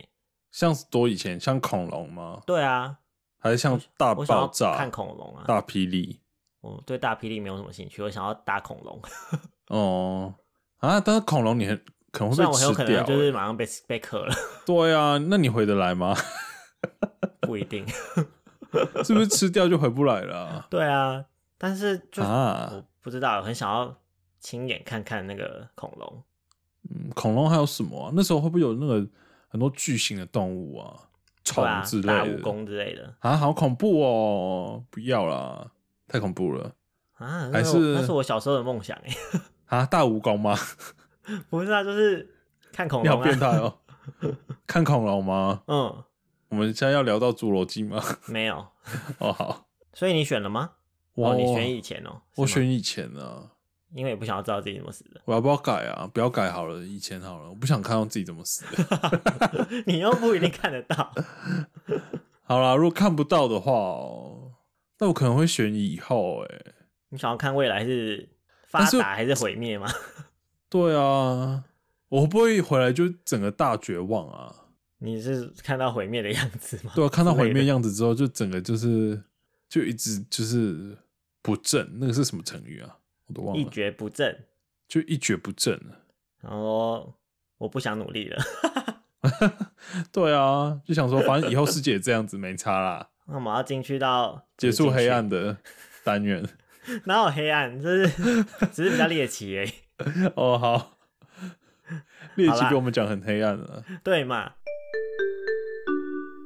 Speaker 2: 像多以前，像恐龙吗？
Speaker 1: 对啊，
Speaker 2: 还是像大
Speaker 1: 我想
Speaker 2: 爆
Speaker 1: 要
Speaker 2: 炸、
Speaker 1: 看恐龙啊，
Speaker 2: 大霹雳？
Speaker 1: 我对大霹雳没有什么兴趣，我想要打恐龙。
Speaker 2: 哦啊，但是恐龙你很可能
Speaker 1: 虽
Speaker 2: 会
Speaker 1: 然我
Speaker 2: 被
Speaker 1: 很有可
Speaker 2: 吃
Speaker 1: 能
Speaker 2: 掉欸、
Speaker 1: 就是马上被被克了，
Speaker 2: 对啊，那你回得来 吗？
Speaker 1: 不一定。
Speaker 2: 是不是吃掉就回不来了
Speaker 1: 对啊，但是 就、
Speaker 2: 啊？啊
Speaker 1: 我不知道，很想要亲眼看看那个恐龙。
Speaker 2: 嗯，恐龙还有什么、啊？那时候会不会有那个很多巨型的动物啊，虫
Speaker 1: 对啊
Speaker 2: 之，类
Speaker 1: 大蜈
Speaker 2: 的
Speaker 1: 蚣之类的
Speaker 2: 啊好恐怖哦！不要啦，太恐怖了
Speaker 1: 啊，
Speaker 2: 还
Speaker 1: 那我那
Speaker 2: 是
Speaker 1: 是我小时候的梦想哎、
Speaker 2: 啊！大蜈蚣吗？
Speaker 1: 不是啊，就是看恐
Speaker 2: 你好
Speaker 1: 龙
Speaker 2: 变
Speaker 1: 啊，
Speaker 2: 态哦！看恐龙吗？
Speaker 1: 嗯，
Speaker 2: 我们现在要聊到侏罗纪吗？
Speaker 1: 没有，
Speaker 2: 哦，好，
Speaker 1: 所以你选了吗？
Speaker 2: 我
Speaker 1: 哦，你选以前哦，
Speaker 2: 我
Speaker 1: 是吗，
Speaker 2: 选以前啊。
Speaker 1: 因为也不想要知道自己怎么死的，
Speaker 2: 我要不要改啊？不要改好了，以前好了，我不想看到自己怎么死 的。
Speaker 1: 你又不一定看得到。
Speaker 2: 好啦，如果看不到的话、哦，那我可能会选以后、欸。哎，
Speaker 1: 你想要看未来是发
Speaker 2: 但是
Speaker 1: 达还是毁灭吗？
Speaker 2: 对啊，我会不会回来就整个大绝望啊？
Speaker 1: 你是看到毁灭的样子吗？
Speaker 2: 对啊，看到毁
Speaker 1: 之类
Speaker 2: 灭
Speaker 1: 的
Speaker 2: 样子之后，就整个就是就一直就是不振，那个是什么成语啊？我都忘
Speaker 1: 一
Speaker 2: 了，
Speaker 1: 蹶不振，
Speaker 2: 就一蹶不振。
Speaker 1: 然后我不想努力了，
Speaker 2: 对啊，就想说，反正以后世界也这样子，没 差啦，
Speaker 1: 那我们要进去到
Speaker 2: 结束黑暗
Speaker 1: 的，
Speaker 2: 的单 元。
Speaker 1: 哪有黑暗？就是 只是比较猎奇而已，
Speaker 2: 哦，好，猎
Speaker 1: 好
Speaker 2: 奇
Speaker 1: 啦
Speaker 2: 给我们讲很黑暗了。
Speaker 1: 对嘛？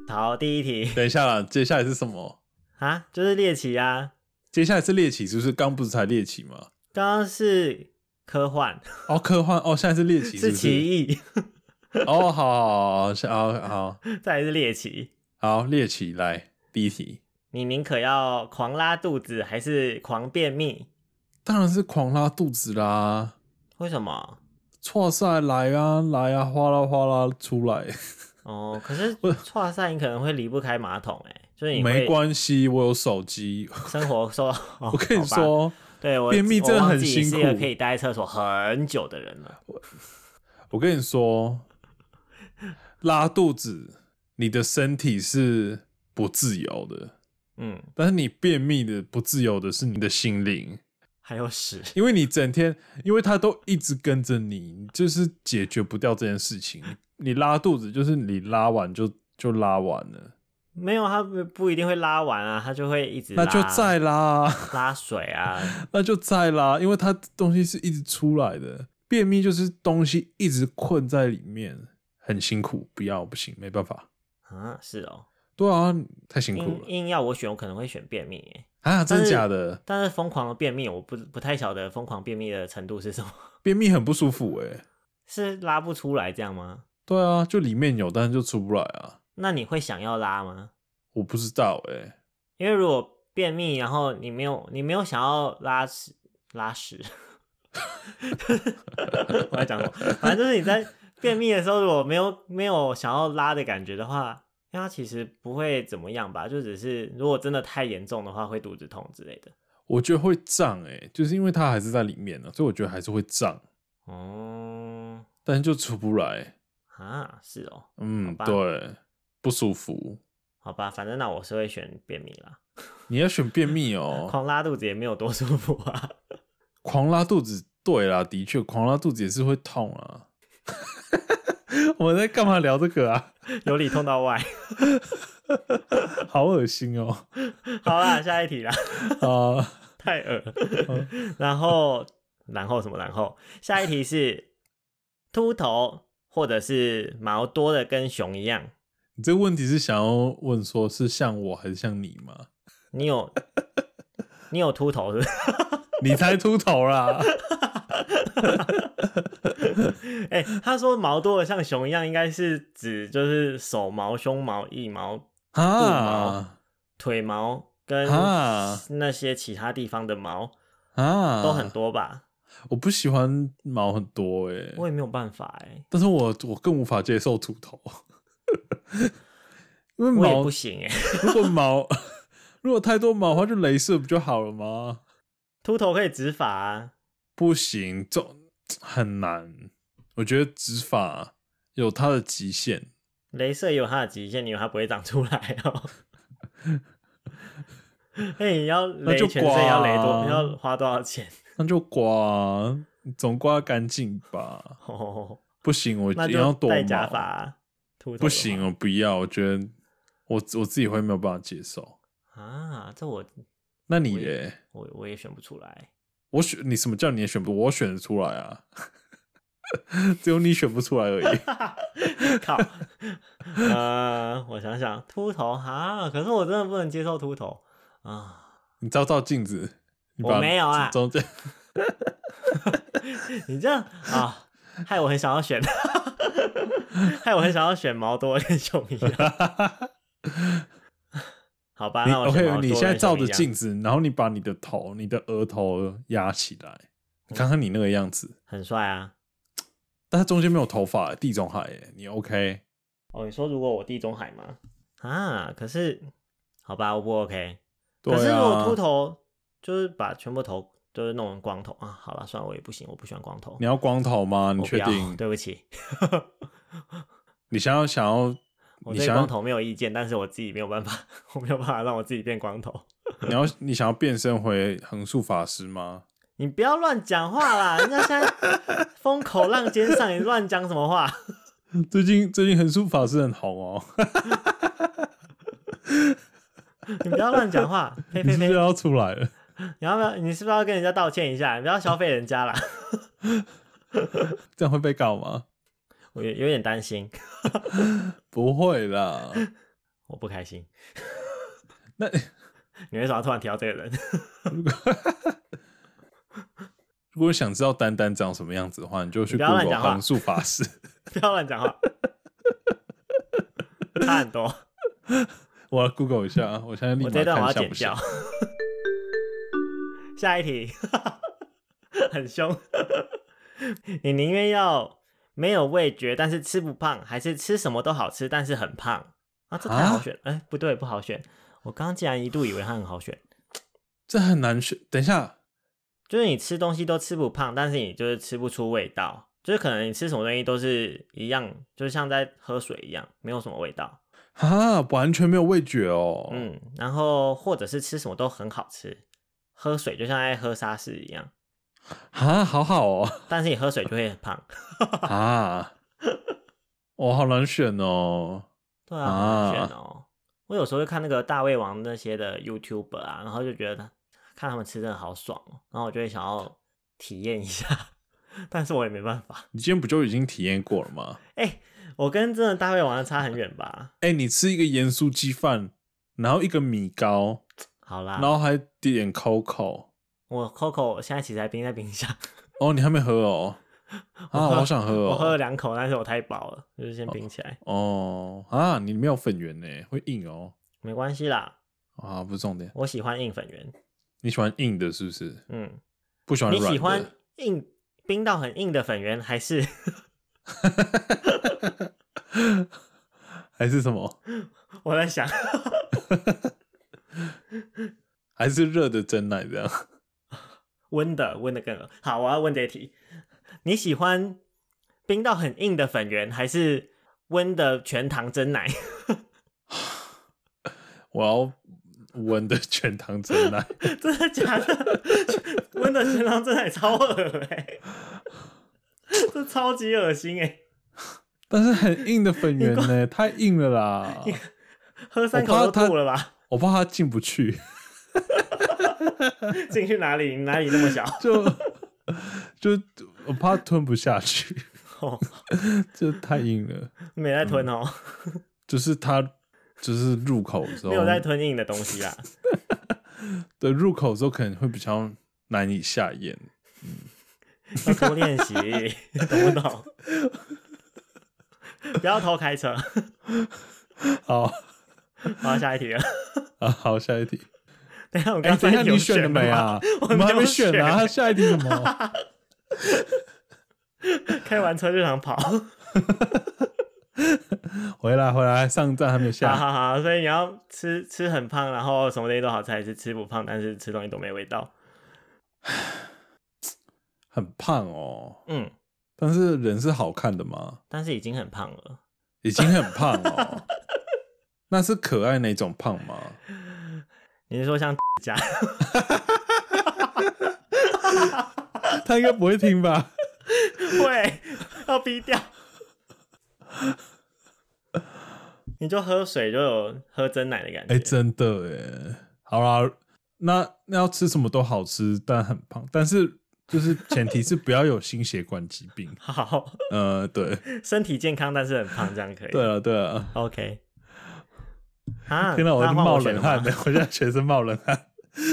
Speaker 1: 好，第一题
Speaker 2: 等一下啦，接下来是什么？
Speaker 1: 啊，就是猎奇啊，
Speaker 2: 接下来是猎奇，是不是？刚不是才猎奇吗？
Speaker 1: 刚刚是科幻，
Speaker 2: 哦，科幻哦，现在是猎奇，是
Speaker 1: 是
Speaker 2: 不
Speaker 1: 奇
Speaker 2: 是？
Speaker 1: 异，
Speaker 2: 哦，好好好好好
Speaker 1: 再来是猎奇，
Speaker 2: 好，猎奇来第一题，
Speaker 1: 你宁可要狂拉肚子还是狂便秘？
Speaker 2: 当然是狂拉肚子啦，
Speaker 1: 为什么？
Speaker 2: 错赛来啊来啊，哗啦哗啦出来，
Speaker 1: 哦，可是跨赛你可能会离不开马桶、欸，哎，就是你
Speaker 2: 没
Speaker 1: 会
Speaker 2: 关系，我有手机。
Speaker 1: 生活受到。哦
Speaker 2: 我跟你，
Speaker 1: 好吧
Speaker 2: 说，
Speaker 1: 对我
Speaker 2: 便秘真的很辛苦
Speaker 1: 我忘记你是一个可以待在厕所很久的人了。
Speaker 2: 我跟你说，拉肚子，你的身体是不自由的，
Speaker 1: 嗯，
Speaker 2: 但是你便秘的不自由的是你的心灵，
Speaker 1: 还有屎，
Speaker 2: 因为你整天，因为它都一直跟着你，你就是解决不掉这件事情。你拉肚子就是你拉完就就拉完了，
Speaker 1: 没有他不不一定会拉完啊，他就会一直
Speaker 2: 那
Speaker 1: 拉
Speaker 2: 就再拉，
Speaker 1: 拉水啊，
Speaker 2: 那就再拉，因为它东西是一直出来的。便秘就是东西一直困在里面，很辛苦，不要不行，没办法。
Speaker 1: 啊是哦，
Speaker 2: 对啊，太辛苦
Speaker 1: 硬
Speaker 2: 了
Speaker 1: 硬要我选，我可能会选便秘、欸，
Speaker 2: 啊！真
Speaker 1: 嗯但
Speaker 2: 的
Speaker 1: 是
Speaker 2: 假的？
Speaker 1: 但是疯狂的便秘我不不太晓得疯狂便秘的程度是什么，
Speaker 2: 便秘很不舒服哎、
Speaker 1: 是拉不出来这样吗？
Speaker 2: 对啊，就里面有，但是就出不来啊。
Speaker 1: 那你会想要拉吗？
Speaker 2: 我不知道哎、
Speaker 1: 因为如果便秘，然后你没有你没有想要拉屎拉屎， 我还讲过，反正就是你在便秘的时候，如果没有没有想要拉的感觉的话，那它其实不会怎么样吧？就只是如果真的太严重的话，会肚子痛之类的。
Speaker 2: 我觉得会胀哎、就是因为它还是在里面啊呢、所以我觉得还是会胀，
Speaker 1: 哦、
Speaker 2: 但是就出不来。
Speaker 1: 啊，是哦，好
Speaker 2: 嗯，
Speaker 1: 吧
Speaker 2: 对，不舒服。
Speaker 1: 好吧，反正那我是会选便秘啦，
Speaker 2: 你要选便 秘哦，
Speaker 1: 狂拉肚子也没有多舒服啊。
Speaker 2: 狂拉肚子。对啦，的确，狂拉肚子也是会痛啊。 我们在干嘛聊这个啊？
Speaker 1: 由里痛到外。
Speaker 2: 好恶心哦！
Speaker 1: 好啦，下一题啦，
Speaker 2: 啊、
Speaker 1: 太恶了。 然后，然后什么？然后下一题是秃头或者是毛多的跟熊一样，
Speaker 2: 你这个问题是想要问说是像我还是像你吗？
Speaker 1: 你有你有秃头是不 是？
Speaker 2: 你才秃头 啦！
Speaker 1: 哎、他说毛多的像熊一样，应该是指就是手毛、胸毛、腋毛、
Speaker 2: 啊
Speaker 1: 腿毛跟
Speaker 2: 啊
Speaker 1: 那些其他地方的毛
Speaker 2: 啊，
Speaker 1: 都很。多吧？
Speaker 2: 我不喜欢毛很多哎、
Speaker 1: 我也没有办法哎、
Speaker 2: 但是我我更无法接受秃头， 因为
Speaker 1: 我也
Speaker 2: 毛
Speaker 1: 不行哎、
Speaker 2: 如果毛 如果太多毛的话，就镭射不就好了吗？
Speaker 1: 秃头可以植发啊。
Speaker 2: 不行，这种很难。我觉得植发有它的极限，
Speaker 1: 镭射也有它的极限，你以为它不会长出来哦？ 那你要
Speaker 2: 那就
Speaker 1: 雷全身要雷
Speaker 2: 刮啊
Speaker 1: 多，你要花多少钱？
Speaker 2: 那就刮，总刮干净吧。
Speaker 1: 哦，
Speaker 2: 不行，我
Speaker 1: 那
Speaker 2: 一定要
Speaker 1: 就
Speaker 2: 多
Speaker 1: 戴
Speaker 2: 毛。
Speaker 1: 假发啊，秃头的话
Speaker 2: 不行，我不要，我觉得我我自己会没有办法接受。
Speaker 1: 啊！这我
Speaker 2: 那你
Speaker 1: 我也
Speaker 2: 嘞？
Speaker 1: 我我也选不出来。
Speaker 2: 我选你什么叫你也选不？我选得出来啊， 只有你选不出来而已。
Speaker 1: 靠，呃，我想想，秃头哈，可是我真的不能接受秃头啊！
Speaker 2: 你照照镜子，你
Speaker 1: 我
Speaker 2: 把
Speaker 1: 没有啊
Speaker 2: 中间
Speaker 1: 你这样啊，害我很想要选， 害我很想要选毛多跟熊一样。好吧，
Speaker 2: 你
Speaker 1: 啊那我选毛
Speaker 2: OK，
Speaker 1: 多
Speaker 2: 你现在
Speaker 1: 跟
Speaker 2: 照
Speaker 1: 熊
Speaker 2: 着
Speaker 1: 一样
Speaker 2: 镜子，然后你把你的头、你的额头压起来，
Speaker 1: 嗯
Speaker 2: 你看看你那个样子，
Speaker 1: 很帅啊。
Speaker 2: 但它中间没有头发，欸地中海耶，你 OK？
Speaker 1: 哦，你说如果我地中海吗？啊，可是好吧，我不 OK。
Speaker 2: 对
Speaker 1: 可是如果
Speaker 2: 啊
Speaker 1: 秃，头，就是把全部头就是弄成光头啊。好了，算了，我也不行，我不喜欢光头。
Speaker 2: 你要光头吗？你
Speaker 1: 我不
Speaker 2: 确
Speaker 1: 要
Speaker 2: 定？
Speaker 1: 对不起，
Speaker 2: 你想要想要
Speaker 1: 我
Speaker 2: 你
Speaker 1: 对
Speaker 2: 想要
Speaker 1: 光头没有意见，但是我自己没有办法， 我没有办法让我自己变光头。
Speaker 2: 你要你想要变身回横竖法师吗？
Speaker 1: 你不要乱讲话啦！ 人家现在风口浪尖上，你乱讲什么话？
Speaker 2: 最近最近横竖法师很红哦，
Speaker 1: 你不要乱讲 话！呸
Speaker 2: 你
Speaker 1: 呸
Speaker 2: 是不
Speaker 1: 呸！
Speaker 2: 是
Speaker 1: 你
Speaker 2: 要出来了？
Speaker 1: 要不要？你是不是要跟人家道歉一下？你不要消费人家啦！
Speaker 2: 这样会被告吗？
Speaker 1: 我有有点担心，
Speaker 2: 不会啦，
Speaker 1: 我不开心。
Speaker 2: 那
Speaker 1: 你为什么要突然提到这个人？
Speaker 2: 如果想知道丹丹长什么样子的话，你就去
Speaker 1: 不要乱
Speaker 2: Google
Speaker 1: 讲话
Speaker 2: 横竖法师，
Speaker 1: 不要乱讲话，差很多。
Speaker 2: 我要 Google 一下啊，我现在立
Speaker 1: 我
Speaker 2: 马
Speaker 1: 这段我要
Speaker 2: 看像
Speaker 1: 剪
Speaker 2: 不像
Speaker 1: 掉。。 下一题， 很凶。 你宁愿要没有味觉，但是吃不胖，还是吃什么都好吃，但是很胖？啊，这太好
Speaker 2: 啊
Speaker 1: 选了。哎、不对，不好选。我刚刚竟然一度以为它很好选，
Speaker 2: 这很难选。等一下，
Speaker 1: 就是你吃东西都吃不胖，但是你就是吃不出味道，就是可能你吃什么东西都是一样，就是像在喝水一样，没有什么味道。
Speaker 2: 啊，完全没有味觉哦。，
Speaker 1: 嗯，然后或者是吃什么都很好吃，喝水就像在喝沙士一样，
Speaker 2: 啊，好好哦，
Speaker 1: 但是你喝水就会很 胖。
Speaker 2: 啊，我、好难选哦。
Speaker 1: 对啊，好难选
Speaker 2: 啊
Speaker 1: 哦。我有时候会看那个大胃王那些的 YouTuber 啊，然后就觉得他看他们吃真的好爽哦，然后我就会想要体验一下， 但是我也没办法。
Speaker 2: 你今天不就已经体验过了吗？
Speaker 1: 哎、我跟真的大胃王的差很远吧？
Speaker 2: 哎、你吃一个盐酥鸡饭，然后一个米糕，
Speaker 1: 好
Speaker 2: 然
Speaker 1: 啦，
Speaker 2: 后还点 Coco，
Speaker 1: 我 Coco 现在其实还冰在冰箱，
Speaker 2: 哦，你还没喝哦？
Speaker 1: 我
Speaker 2: 啊，
Speaker 1: 喝
Speaker 2: 好想喝哦。
Speaker 1: 我喝了两口，但是我太饱了，就是先冰起来，
Speaker 2: 哦啊，你没有粉圆呢，会硬哦。
Speaker 1: 没关系啦。
Speaker 2: 啊，不是重点，
Speaker 1: 我喜欢硬粉圆，
Speaker 2: 你喜欢硬的，是不是？
Speaker 1: 嗯。
Speaker 2: 不喜欢
Speaker 1: 你
Speaker 2: 软的。
Speaker 1: 喜欢硬冰到很硬的粉圆，还是
Speaker 2: 还是什么？
Speaker 1: 我在想
Speaker 2: 还是热的真奶这样？
Speaker 1: 温的温的更恶好？我要问这一题，你喜欢冰到很硬的粉圆，还是温的全糖真奶？
Speaker 2: 我要温的全糖真奶。
Speaker 1: 真的假的？温的全糖真奶超恶哎、这超级恶心哎、
Speaker 2: 但是很硬的粉圆呢，太硬了啦，
Speaker 1: 喝三
Speaker 2: 我怕
Speaker 1: 口都
Speaker 2: 它
Speaker 1: 吐了吧？
Speaker 2: 我怕它进不去，
Speaker 1: 进去哪里？你哪里那么小？
Speaker 2: 就就我怕吞不下去，
Speaker 1: 哦，
Speaker 2: 这太硬了。
Speaker 1: 没在吞哦，
Speaker 2: 嗯就是它就是入口的时候
Speaker 1: 没有在吞硬的东西啦。
Speaker 2: 对入口的时候可能会比较难以下咽。
Speaker 1: 要多练习，懂不懂？不要偷开车。
Speaker 2: 好
Speaker 1: 好，下一题了。
Speaker 2: 啊，好，下一题。
Speaker 1: 等一下，我
Speaker 2: 哎、
Speaker 1: 刚
Speaker 2: 等
Speaker 1: 才
Speaker 2: 一下，
Speaker 1: 有
Speaker 2: 你选了没啊？
Speaker 1: 我
Speaker 2: 我们还
Speaker 1: 没有
Speaker 2: 没选呢、啊，
Speaker 1: 选
Speaker 2: 下一题什 么？
Speaker 1: 吗？开完车就想 跑，哈
Speaker 2: 回来，回来，上站还没下。
Speaker 1: 哈哈。所以你要吃吃很胖，然后什么东西都好吃，还是吃不胖，但是吃东西都没味道？
Speaker 2: 很胖哦，
Speaker 1: 嗯，
Speaker 2: 但是人是好看的吗？
Speaker 1: 但是已经很胖了。
Speaker 2: 已经很胖哦， 那是可爱那种胖吗？
Speaker 1: 你是说像家？
Speaker 2: 他应该不会听吧？
Speaker 1: 会要逼掉？你就喝水就有喝真奶的感觉。。
Speaker 2: 哎、真的哎，好啦，那那要吃什么都好吃，但很胖，但是就是前提是不要有心血管疾病
Speaker 1: 好，
Speaker 2: 呃，对，
Speaker 1: 身体健康但是很胖，这样可以。
Speaker 2: 对啊了，对了，
Speaker 1: OK。啊！
Speaker 2: 听到我
Speaker 1: 那
Speaker 2: 就
Speaker 1: 换
Speaker 2: 冒
Speaker 1: 选
Speaker 2: 冷
Speaker 1: 了
Speaker 2: 汗
Speaker 1: 吗
Speaker 2: 的， 我现在全身冒冷汗。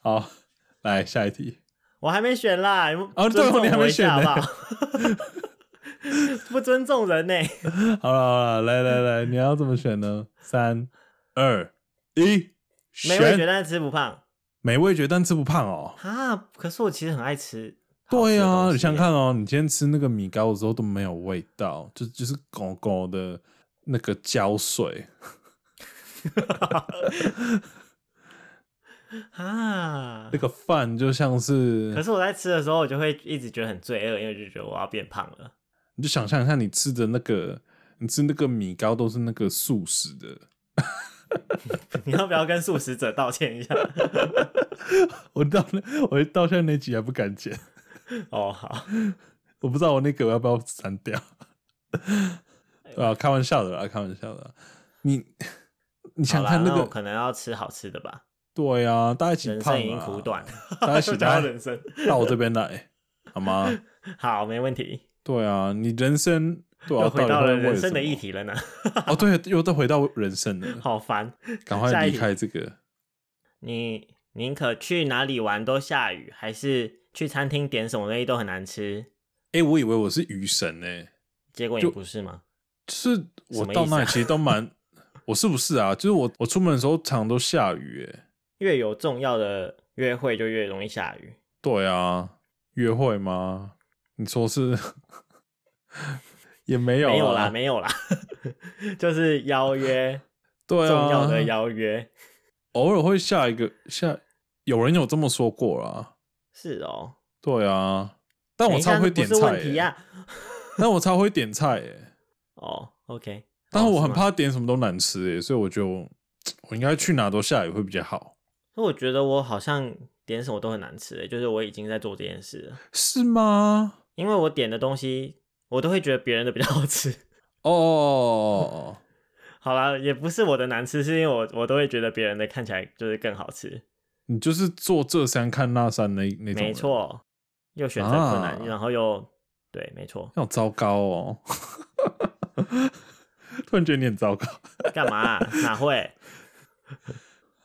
Speaker 2: 好，来下一题。
Speaker 1: 我还没选啦。你们
Speaker 2: 哦对
Speaker 1: 尊重
Speaker 2: 哦你还没
Speaker 1: 我一下
Speaker 2: 选呢
Speaker 1: 好不好？ 不尊重人呢、
Speaker 2: 好了好了，来来来，你要怎么选呢？三、二、一，
Speaker 1: 没味觉
Speaker 2: 选
Speaker 1: 但是吃不胖
Speaker 2: 没味觉，但吃不胖哦。
Speaker 1: 啊。可是我其实很爱吃。
Speaker 2: 对啊，
Speaker 1: 啊，
Speaker 2: 你想想看哦，你今天吃那个米糕的时候都没有味道，就就是狗狗的那个胶水。
Speaker 1: 啊
Speaker 2: 那。个饭就像是，
Speaker 1: 可是我在吃的时候，我就会一直觉得很罪恶，因为我就觉得我要变胖了。
Speaker 2: 你就想象一下，你吃的那个，你吃那个米糕都是那个素食的。
Speaker 1: 你要不要跟素食者道歉一下？
Speaker 2: 我到那，我到现在那集还不敢剪，
Speaker 1: 哦，好，
Speaker 2: 我不知道我那个我要不要删掉。 对啊，开玩笑的啦，开玩笑的啦。你你想
Speaker 1: 好啦
Speaker 2: 看，
Speaker 1: 那我
Speaker 2: 个？
Speaker 1: 可能要吃好吃的吧。
Speaker 2: 对啊，大家一起
Speaker 1: 人
Speaker 2: 胖
Speaker 1: 生
Speaker 2: 啊
Speaker 1: 已经苦短，
Speaker 2: 大 家一起
Speaker 1: 就讲
Speaker 2: 来
Speaker 1: 到人生。
Speaker 2: 到我这边来，好吗？
Speaker 1: 好，没问题。
Speaker 2: 对啊，你人生对啊，
Speaker 1: 又回
Speaker 2: 到
Speaker 1: 到
Speaker 2: 底
Speaker 1: 了
Speaker 2: 会为
Speaker 1: 人生的
Speaker 2: 什么
Speaker 1: 议题了呢，
Speaker 2: 哦，对，又再回到人生了，
Speaker 1: 好烦。
Speaker 2: 赶快
Speaker 1: 下一
Speaker 2: 离
Speaker 1: 题
Speaker 2: 开这个。
Speaker 1: 你宁可去哪里玩都下雨，还是去餐厅点什么东西都很难吃？
Speaker 2: 哎、我以为我是雨神呢、
Speaker 1: 结果也
Speaker 2: 就
Speaker 1: 不是吗？
Speaker 2: 就是
Speaker 1: 什
Speaker 2: 我
Speaker 1: 么意
Speaker 2: 到
Speaker 1: 思
Speaker 2: 那里
Speaker 1: 啊
Speaker 2: 其实 都蛮，我是不是啊？就是我我出门的时候常常都下雨、欸，
Speaker 1: 越有重要的约会就越容易下雨。
Speaker 2: 对啊，约会吗？你说是 也没有啊
Speaker 1: 没有啦，没有啦， 就是邀约，
Speaker 2: 对啊，
Speaker 1: 重要的邀约。
Speaker 2: 偶尔会下一个下，有人有这么说过啦，
Speaker 1: 是哦，
Speaker 2: 对啊，但我
Speaker 1: 等一
Speaker 2: 超
Speaker 1: 下这
Speaker 2: 会
Speaker 1: 不
Speaker 2: 点
Speaker 1: 是
Speaker 2: 菜、
Speaker 1: 问题
Speaker 2: 欸，
Speaker 1: 啊。
Speaker 2: 但我超会点菜、欸，
Speaker 1: 哦，OK，
Speaker 2: 但是
Speaker 1: 哦
Speaker 2: 我
Speaker 1: 是
Speaker 2: 很
Speaker 1: 吗
Speaker 2: 怕点什么都难吃、欸，所以我就我应该去哪都下雨会比较好，
Speaker 1: 所以我觉得我好像点什么都很难吃、欸，就是我已经在做这件事了，
Speaker 2: 是吗？
Speaker 1: 因为我点的东西我都会觉得别人的比较好吃。
Speaker 2: 哦，
Speaker 1: 好啦，也不是我的难吃，是因为我我都会觉得别人的看起来就是更好吃。
Speaker 2: 你就是做这山看那山那那种，
Speaker 1: 没，错，又选择困难，
Speaker 2: 啊。
Speaker 1: 然后又对，没错
Speaker 2: 好糟糕哦。 突然觉得你很糟糕
Speaker 1: 干嘛啊、哪会？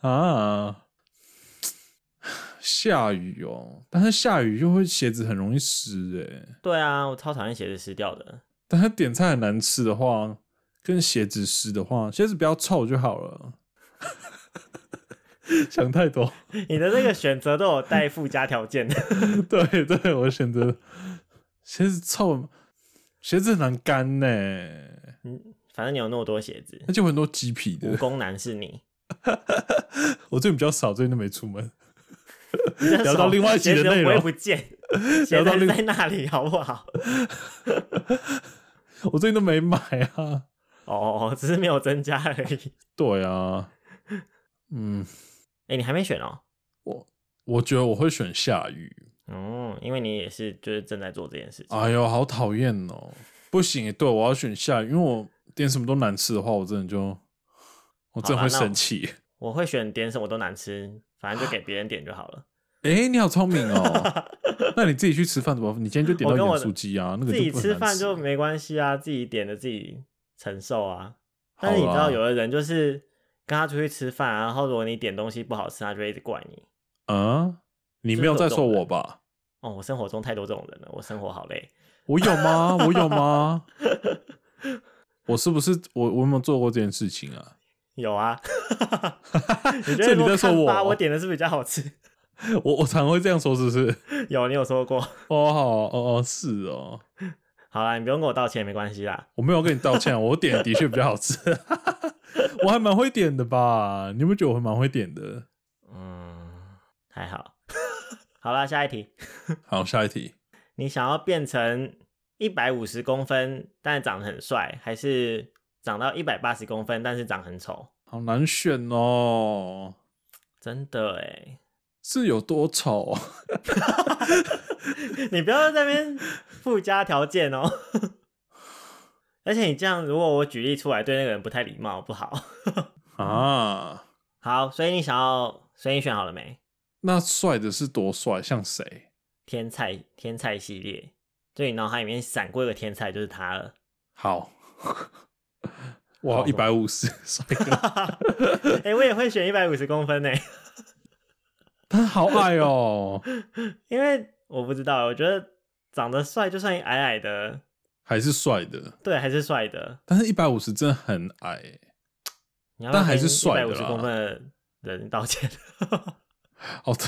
Speaker 2: 啊！ 下雨哦，但是下雨又会鞋子很容易湿哎、
Speaker 1: 对啊，我超讨厌鞋子湿掉的。
Speaker 2: 但是点菜很难吃的话，跟鞋子湿的话，鞋子不要臭就好了。想太多，
Speaker 1: 你的这个选择都有带附加条件的，
Speaker 2: 对对，我选择鞋子臭，鞋子很难干呢、
Speaker 1: 反正你有那么多鞋子，
Speaker 2: 而且我很多鸡皮
Speaker 1: 武
Speaker 2: 的。
Speaker 1: 功男是你。
Speaker 2: 我最近比较少，最近都没出门。
Speaker 1: 你的
Speaker 2: 聊到
Speaker 1: 手
Speaker 2: 另外一集
Speaker 1: 鞋子又
Speaker 2: 的内
Speaker 1: 不会
Speaker 2: 容
Speaker 1: 不见，
Speaker 2: 聊
Speaker 1: 鞋
Speaker 2: 到
Speaker 1: 子
Speaker 2: 另
Speaker 1: 在那里好不好？
Speaker 2: 我最近都没买啊。
Speaker 1: 哦，只是没有增加而已。
Speaker 2: 对啊，嗯，
Speaker 1: 哎、你还没选哦。
Speaker 2: 我觉得我会选下雨。
Speaker 1: 嗯，因为你也是就是正在做这件事情。
Speaker 2: 哎呦，好讨厌哦！不行，对我要选下雨，因为我点什么都难吃的话，我真的就我真的
Speaker 1: 好啦
Speaker 2: 会
Speaker 1: 那
Speaker 2: 生气。
Speaker 1: 我会选点什么都难吃，反正就给别人点就好了。
Speaker 2: 哎、你好聪明 哦！那你自己去吃饭怎么办？你今天就点
Speaker 1: 我
Speaker 2: 到
Speaker 1: 跟我
Speaker 2: 盐
Speaker 1: 的
Speaker 2: 酥鸡啊，那
Speaker 1: 自
Speaker 2: 个就
Speaker 1: 己
Speaker 2: 不
Speaker 1: 吃
Speaker 2: 很难
Speaker 1: 饭
Speaker 2: 吃
Speaker 1: 就没关系啊，自己点的自己承受啊。但是你
Speaker 2: 好
Speaker 1: 知
Speaker 2: 啦
Speaker 1: 道，有的人就是跟他出去吃饭啊，然后如果你点东西不好吃，他就会一直怪你。
Speaker 2: 啊？你
Speaker 1: 就
Speaker 2: 没有
Speaker 1: 是有
Speaker 2: 在
Speaker 1: 这
Speaker 2: 说
Speaker 1: 种
Speaker 2: 我
Speaker 1: 人
Speaker 2: 吧？
Speaker 1: 哦，我生活中太多这种人了，我生活好累。
Speaker 2: 我有吗？我有 吗？我是不是我我有没有做过这件事情啊？
Speaker 1: 有 啊，你觉
Speaker 2: 所
Speaker 1: 得
Speaker 2: 以你在说
Speaker 1: 我
Speaker 2: 我哦
Speaker 1: 我点的是比较好吃？
Speaker 2: 我我常会这样说，是不是？
Speaker 1: 有，你有说过。
Speaker 2: 哦，好，哦哦，是哦，
Speaker 1: 好啦，你不用跟我道歉，没关系啦。
Speaker 2: 我没有跟你道歉，我点的的确比较好吃， 我还蛮会点的吧？你有没有觉得我还蛮会点的？
Speaker 1: 嗯，还好。 好啦，下一题，
Speaker 2: 好，下一题，
Speaker 1: 你想要变成一百五十公分，但长得很帅，还是长到一百八十公分，但是长很丑？
Speaker 2: 好难选哦，
Speaker 1: 真的哎，
Speaker 2: 是有多丑、 啊？
Speaker 1: 你不要在那边附加条件哦。 而且你这样，如果我举例出来，对那个人不太礼貌，不好。
Speaker 2: 啊？
Speaker 1: 好，所以你想要，所以你选好了没？
Speaker 2: 那帅的是多帅，像谁？
Speaker 1: 天菜天菜系列，就你脑海里面闪过一个天菜就是他了。
Speaker 2: 好，哇，一百五十帅哥，
Speaker 1: 哎、我也会选一百五十公分欸呢，
Speaker 2: 他好矮哦，
Speaker 1: 因为我不知道，我觉得长得帅就算你矮矮的，
Speaker 2: 还是帅的，
Speaker 1: 对，还是帅的。
Speaker 2: 但是一百五十真的很矮欸，
Speaker 1: 你要
Speaker 2: 但还是帅
Speaker 1: 一百
Speaker 2: 的
Speaker 1: 五十
Speaker 2: 啦
Speaker 1: 公分的人道歉。
Speaker 2: 哦，对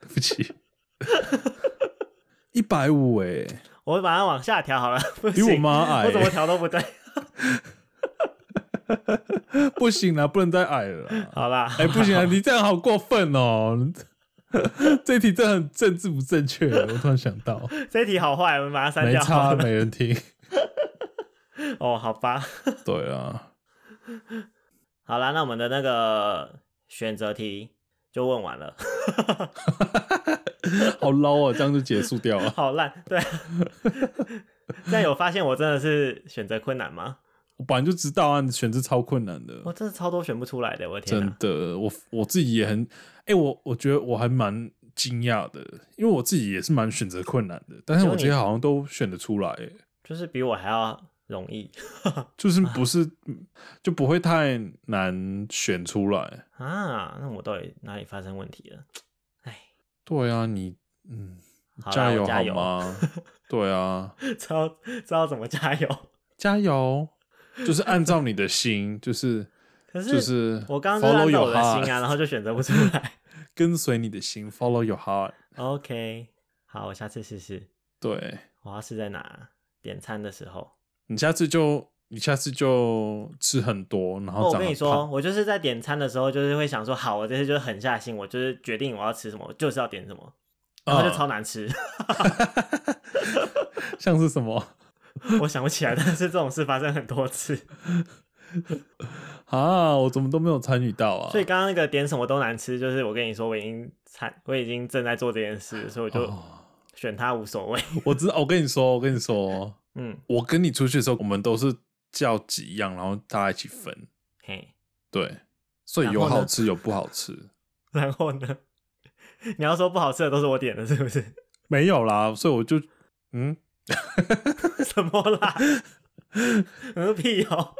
Speaker 2: 对不起，一百五哎，
Speaker 1: 我把它往下调好了，不
Speaker 2: 比
Speaker 1: 行，
Speaker 2: 我妈矮
Speaker 1: 我怎么调都不对。
Speaker 2: 不行啦，不能再矮了啦。
Speaker 1: 好啦，
Speaker 2: 哎、不 行啊，你这样好过分哦！这题真的很政治不正确，我突然想到，
Speaker 1: 这一题好坏，我们把它删
Speaker 2: 没
Speaker 1: 掉好
Speaker 2: 差，
Speaker 1: 了。
Speaker 2: 没人听。
Speaker 1: 哦，好吧，
Speaker 2: 对啊，
Speaker 1: 好啦，那我们的那个选择题就问完 了。
Speaker 2: 好 low 啊，这样就结束掉了。
Speaker 1: 好烂，对。啊 但有发现我真的是选择困难吗？
Speaker 2: 我本来就知道啊，你选择超困难的，
Speaker 1: 我真的超多选不出来的，我的天啊
Speaker 2: 真
Speaker 1: 哪！
Speaker 2: 的，我我自己也很，哎、我我觉得我还蛮惊讶的，因为我自己也是蛮选择困难的，但是
Speaker 1: 结果
Speaker 2: 我
Speaker 1: 你
Speaker 2: 这些好像都选得出来、哎
Speaker 1: 就是比我还要容易
Speaker 2: 就是不是就不会太难选出来。
Speaker 1: 啊？那我到底哪里发生问题了？
Speaker 2: 对啊，你嗯，
Speaker 1: 好啦
Speaker 2: 加油
Speaker 1: 我加
Speaker 2: 好
Speaker 1: 油
Speaker 2: 吗？ 对啊，
Speaker 1: 知道知道怎么加油？
Speaker 2: 加油！就是按照你的心， 就是
Speaker 1: 可是、
Speaker 2: 就是
Speaker 1: 我刚刚就
Speaker 2: follow
Speaker 1: 按照
Speaker 2: your
Speaker 1: 我的
Speaker 2: heart，
Speaker 1: 心啊， 然后就选择不出来。
Speaker 2: 跟随你的心，follow your heart。
Speaker 1: OK，好，我下次试试。
Speaker 2: 对
Speaker 1: 我要是在哪点餐的时候？
Speaker 2: 你下次就你下次就吃很多，然
Speaker 1: 哦，
Speaker 2: 后
Speaker 1: 我
Speaker 2: 长得
Speaker 1: 跟你说，
Speaker 2: 胖
Speaker 1: 我就是在点餐的时候，就是会想说，好，我这次就是狠下心，我就是决定我要吃什么，我就是要点什么，
Speaker 2: 啊
Speaker 1: 然后就超难吃。
Speaker 2: 像是什么
Speaker 1: 我想不起来，但是这种事发生很多次。
Speaker 2: 啊？我怎么都没有参与到啊？
Speaker 1: 所以刚刚那个点什么都难吃，就是我跟你说，我已经餐，我已经正在做这件事，所以我就
Speaker 2: 哦
Speaker 1: 选它无所谓。
Speaker 2: 我知道，我跟你说，我跟你说，
Speaker 1: 嗯，
Speaker 2: 我跟你出去的时候，我们都是叫几样，然后大家一起分。
Speaker 1: 嘿，
Speaker 2: 对，所以
Speaker 1: 然
Speaker 2: 有
Speaker 1: 后呢
Speaker 2: 好吃有不好吃，
Speaker 1: 然后呢？ 你要说不好吃的都是我点的，是不是？
Speaker 2: 没有啦。所以我就嗯，
Speaker 1: 什么啦？我说屁哦、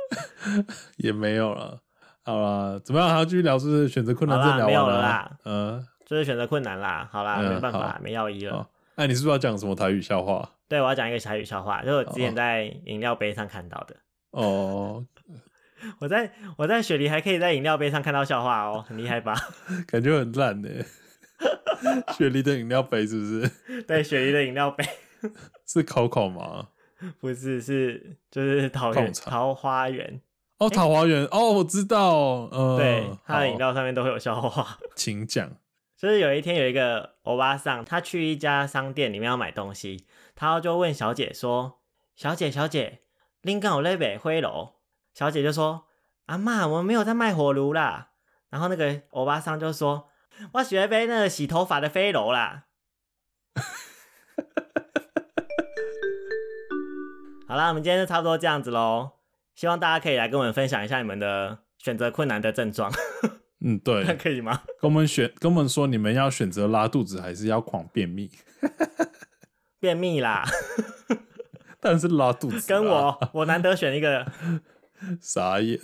Speaker 2: 也没有了。好啦，怎么样？还要继续聊？是不是选择困难症
Speaker 1: 好啦
Speaker 2: 聊
Speaker 1: 没有
Speaker 2: 完
Speaker 1: 了
Speaker 2: 啦
Speaker 1: 啦？
Speaker 2: 嗯，
Speaker 1: 就是选择困难啦。好啦，
Speaker 2: 嗯
Speaker 1: 没办法
Speaker 2: 好哦
Speaker 1: 啦，没药医了
Speaker 2: 好。那、你是不是要讲什么台语笑话？
Speaker 1: 对，我要讲一个小语笑话，就是我之前在饮料杯上看到的。
Speaker 2: 哦，
Speaker 1: 我在我在雪梨还可以在饮料杯上看到笑话 哦，很厉害吧？
Speaker 2: 感觉很烂呢。 雪梨的饮料杯是不是
Speaker 1: 对，雪梨的饮料杯
Speaker 2: 是 Coco 吗？
Speaker 1: 不是是就是桃园
Speaker 2: 控场
Speaker 1: 桃花源，
Speaker 2: 哦，桃花源、哦，我知道，嗯，
Speaker 1: 对，它的饮
Speaker 2: 好，
Speaker 1: 料上面都会有笑话。
Speaker 2: 请讲。
Speaker 1: 就是有一天有一个欧巴桑，他去一家商店里面要买东西，他就问小姐说：“小姐，小姐，林港有那北灰楼？”小姐就说：“阿妈，我们没有在卖火炉啦。”然后那个欧巴桑就说：“我喜欢杯那个洗头发的飞楼啦。” 好啦，我们今天就差不多这样子喽。希望大家可以来跟我们分享一下你们的选择困难的症状，
Speaker 2: 嗯，对，跟
Speaker 1: 可以吗？
Speaker 2: 我们选，跟我们说，你们要选择拉肚子还是要狂便秘？
Speaker 1: 便秘啦。
Speaker 2: 但是拉肚子啊、
Speaker 1: 跟我，我难得选一个。
Speaker 2: 傻眼。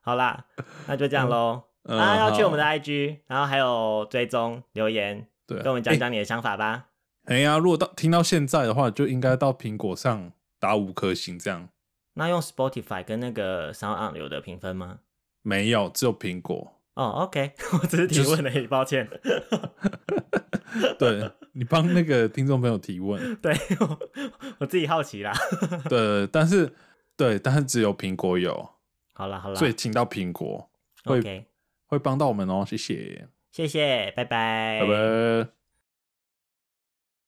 Speaker 1: 好啦，那就这样喽。
Speaker 2: 嗯
Speaker 1: 啊，要去我们的
Speaker 2: 好
Speaker 1: IG，然后还有追踪留言，
Speaker 2: 对，啊
Speaker 1: 跟我们讲讲你的想法吧。
Speaker 2: 哎、呀、如果到听到现在的话，就应该到苹果上打五颗星，这样
Speaker 1: 那用 Spotify 跟那个 Sound On 有的评分吗？
Speaker 2: 没有，只有苹果。
Speaker 1: 哦，OK，我 只是提问而已，抱歉。
Speaker 2: 对你帮那个听众朋友提问，
Speaker 1: 对 我，我自己好奇啦。
Speaker 2: 对，但是对，但是只有苹果有，
Speaker 1: 好啦，好啦
Speaker 2: 所以请到苹果会
Speaker 1: ，OK，
Speaker 2: 会帮到我们哦，谢谢，
Speaker 1: 谢谢，拜拜，
Speaker 2: 拜拜。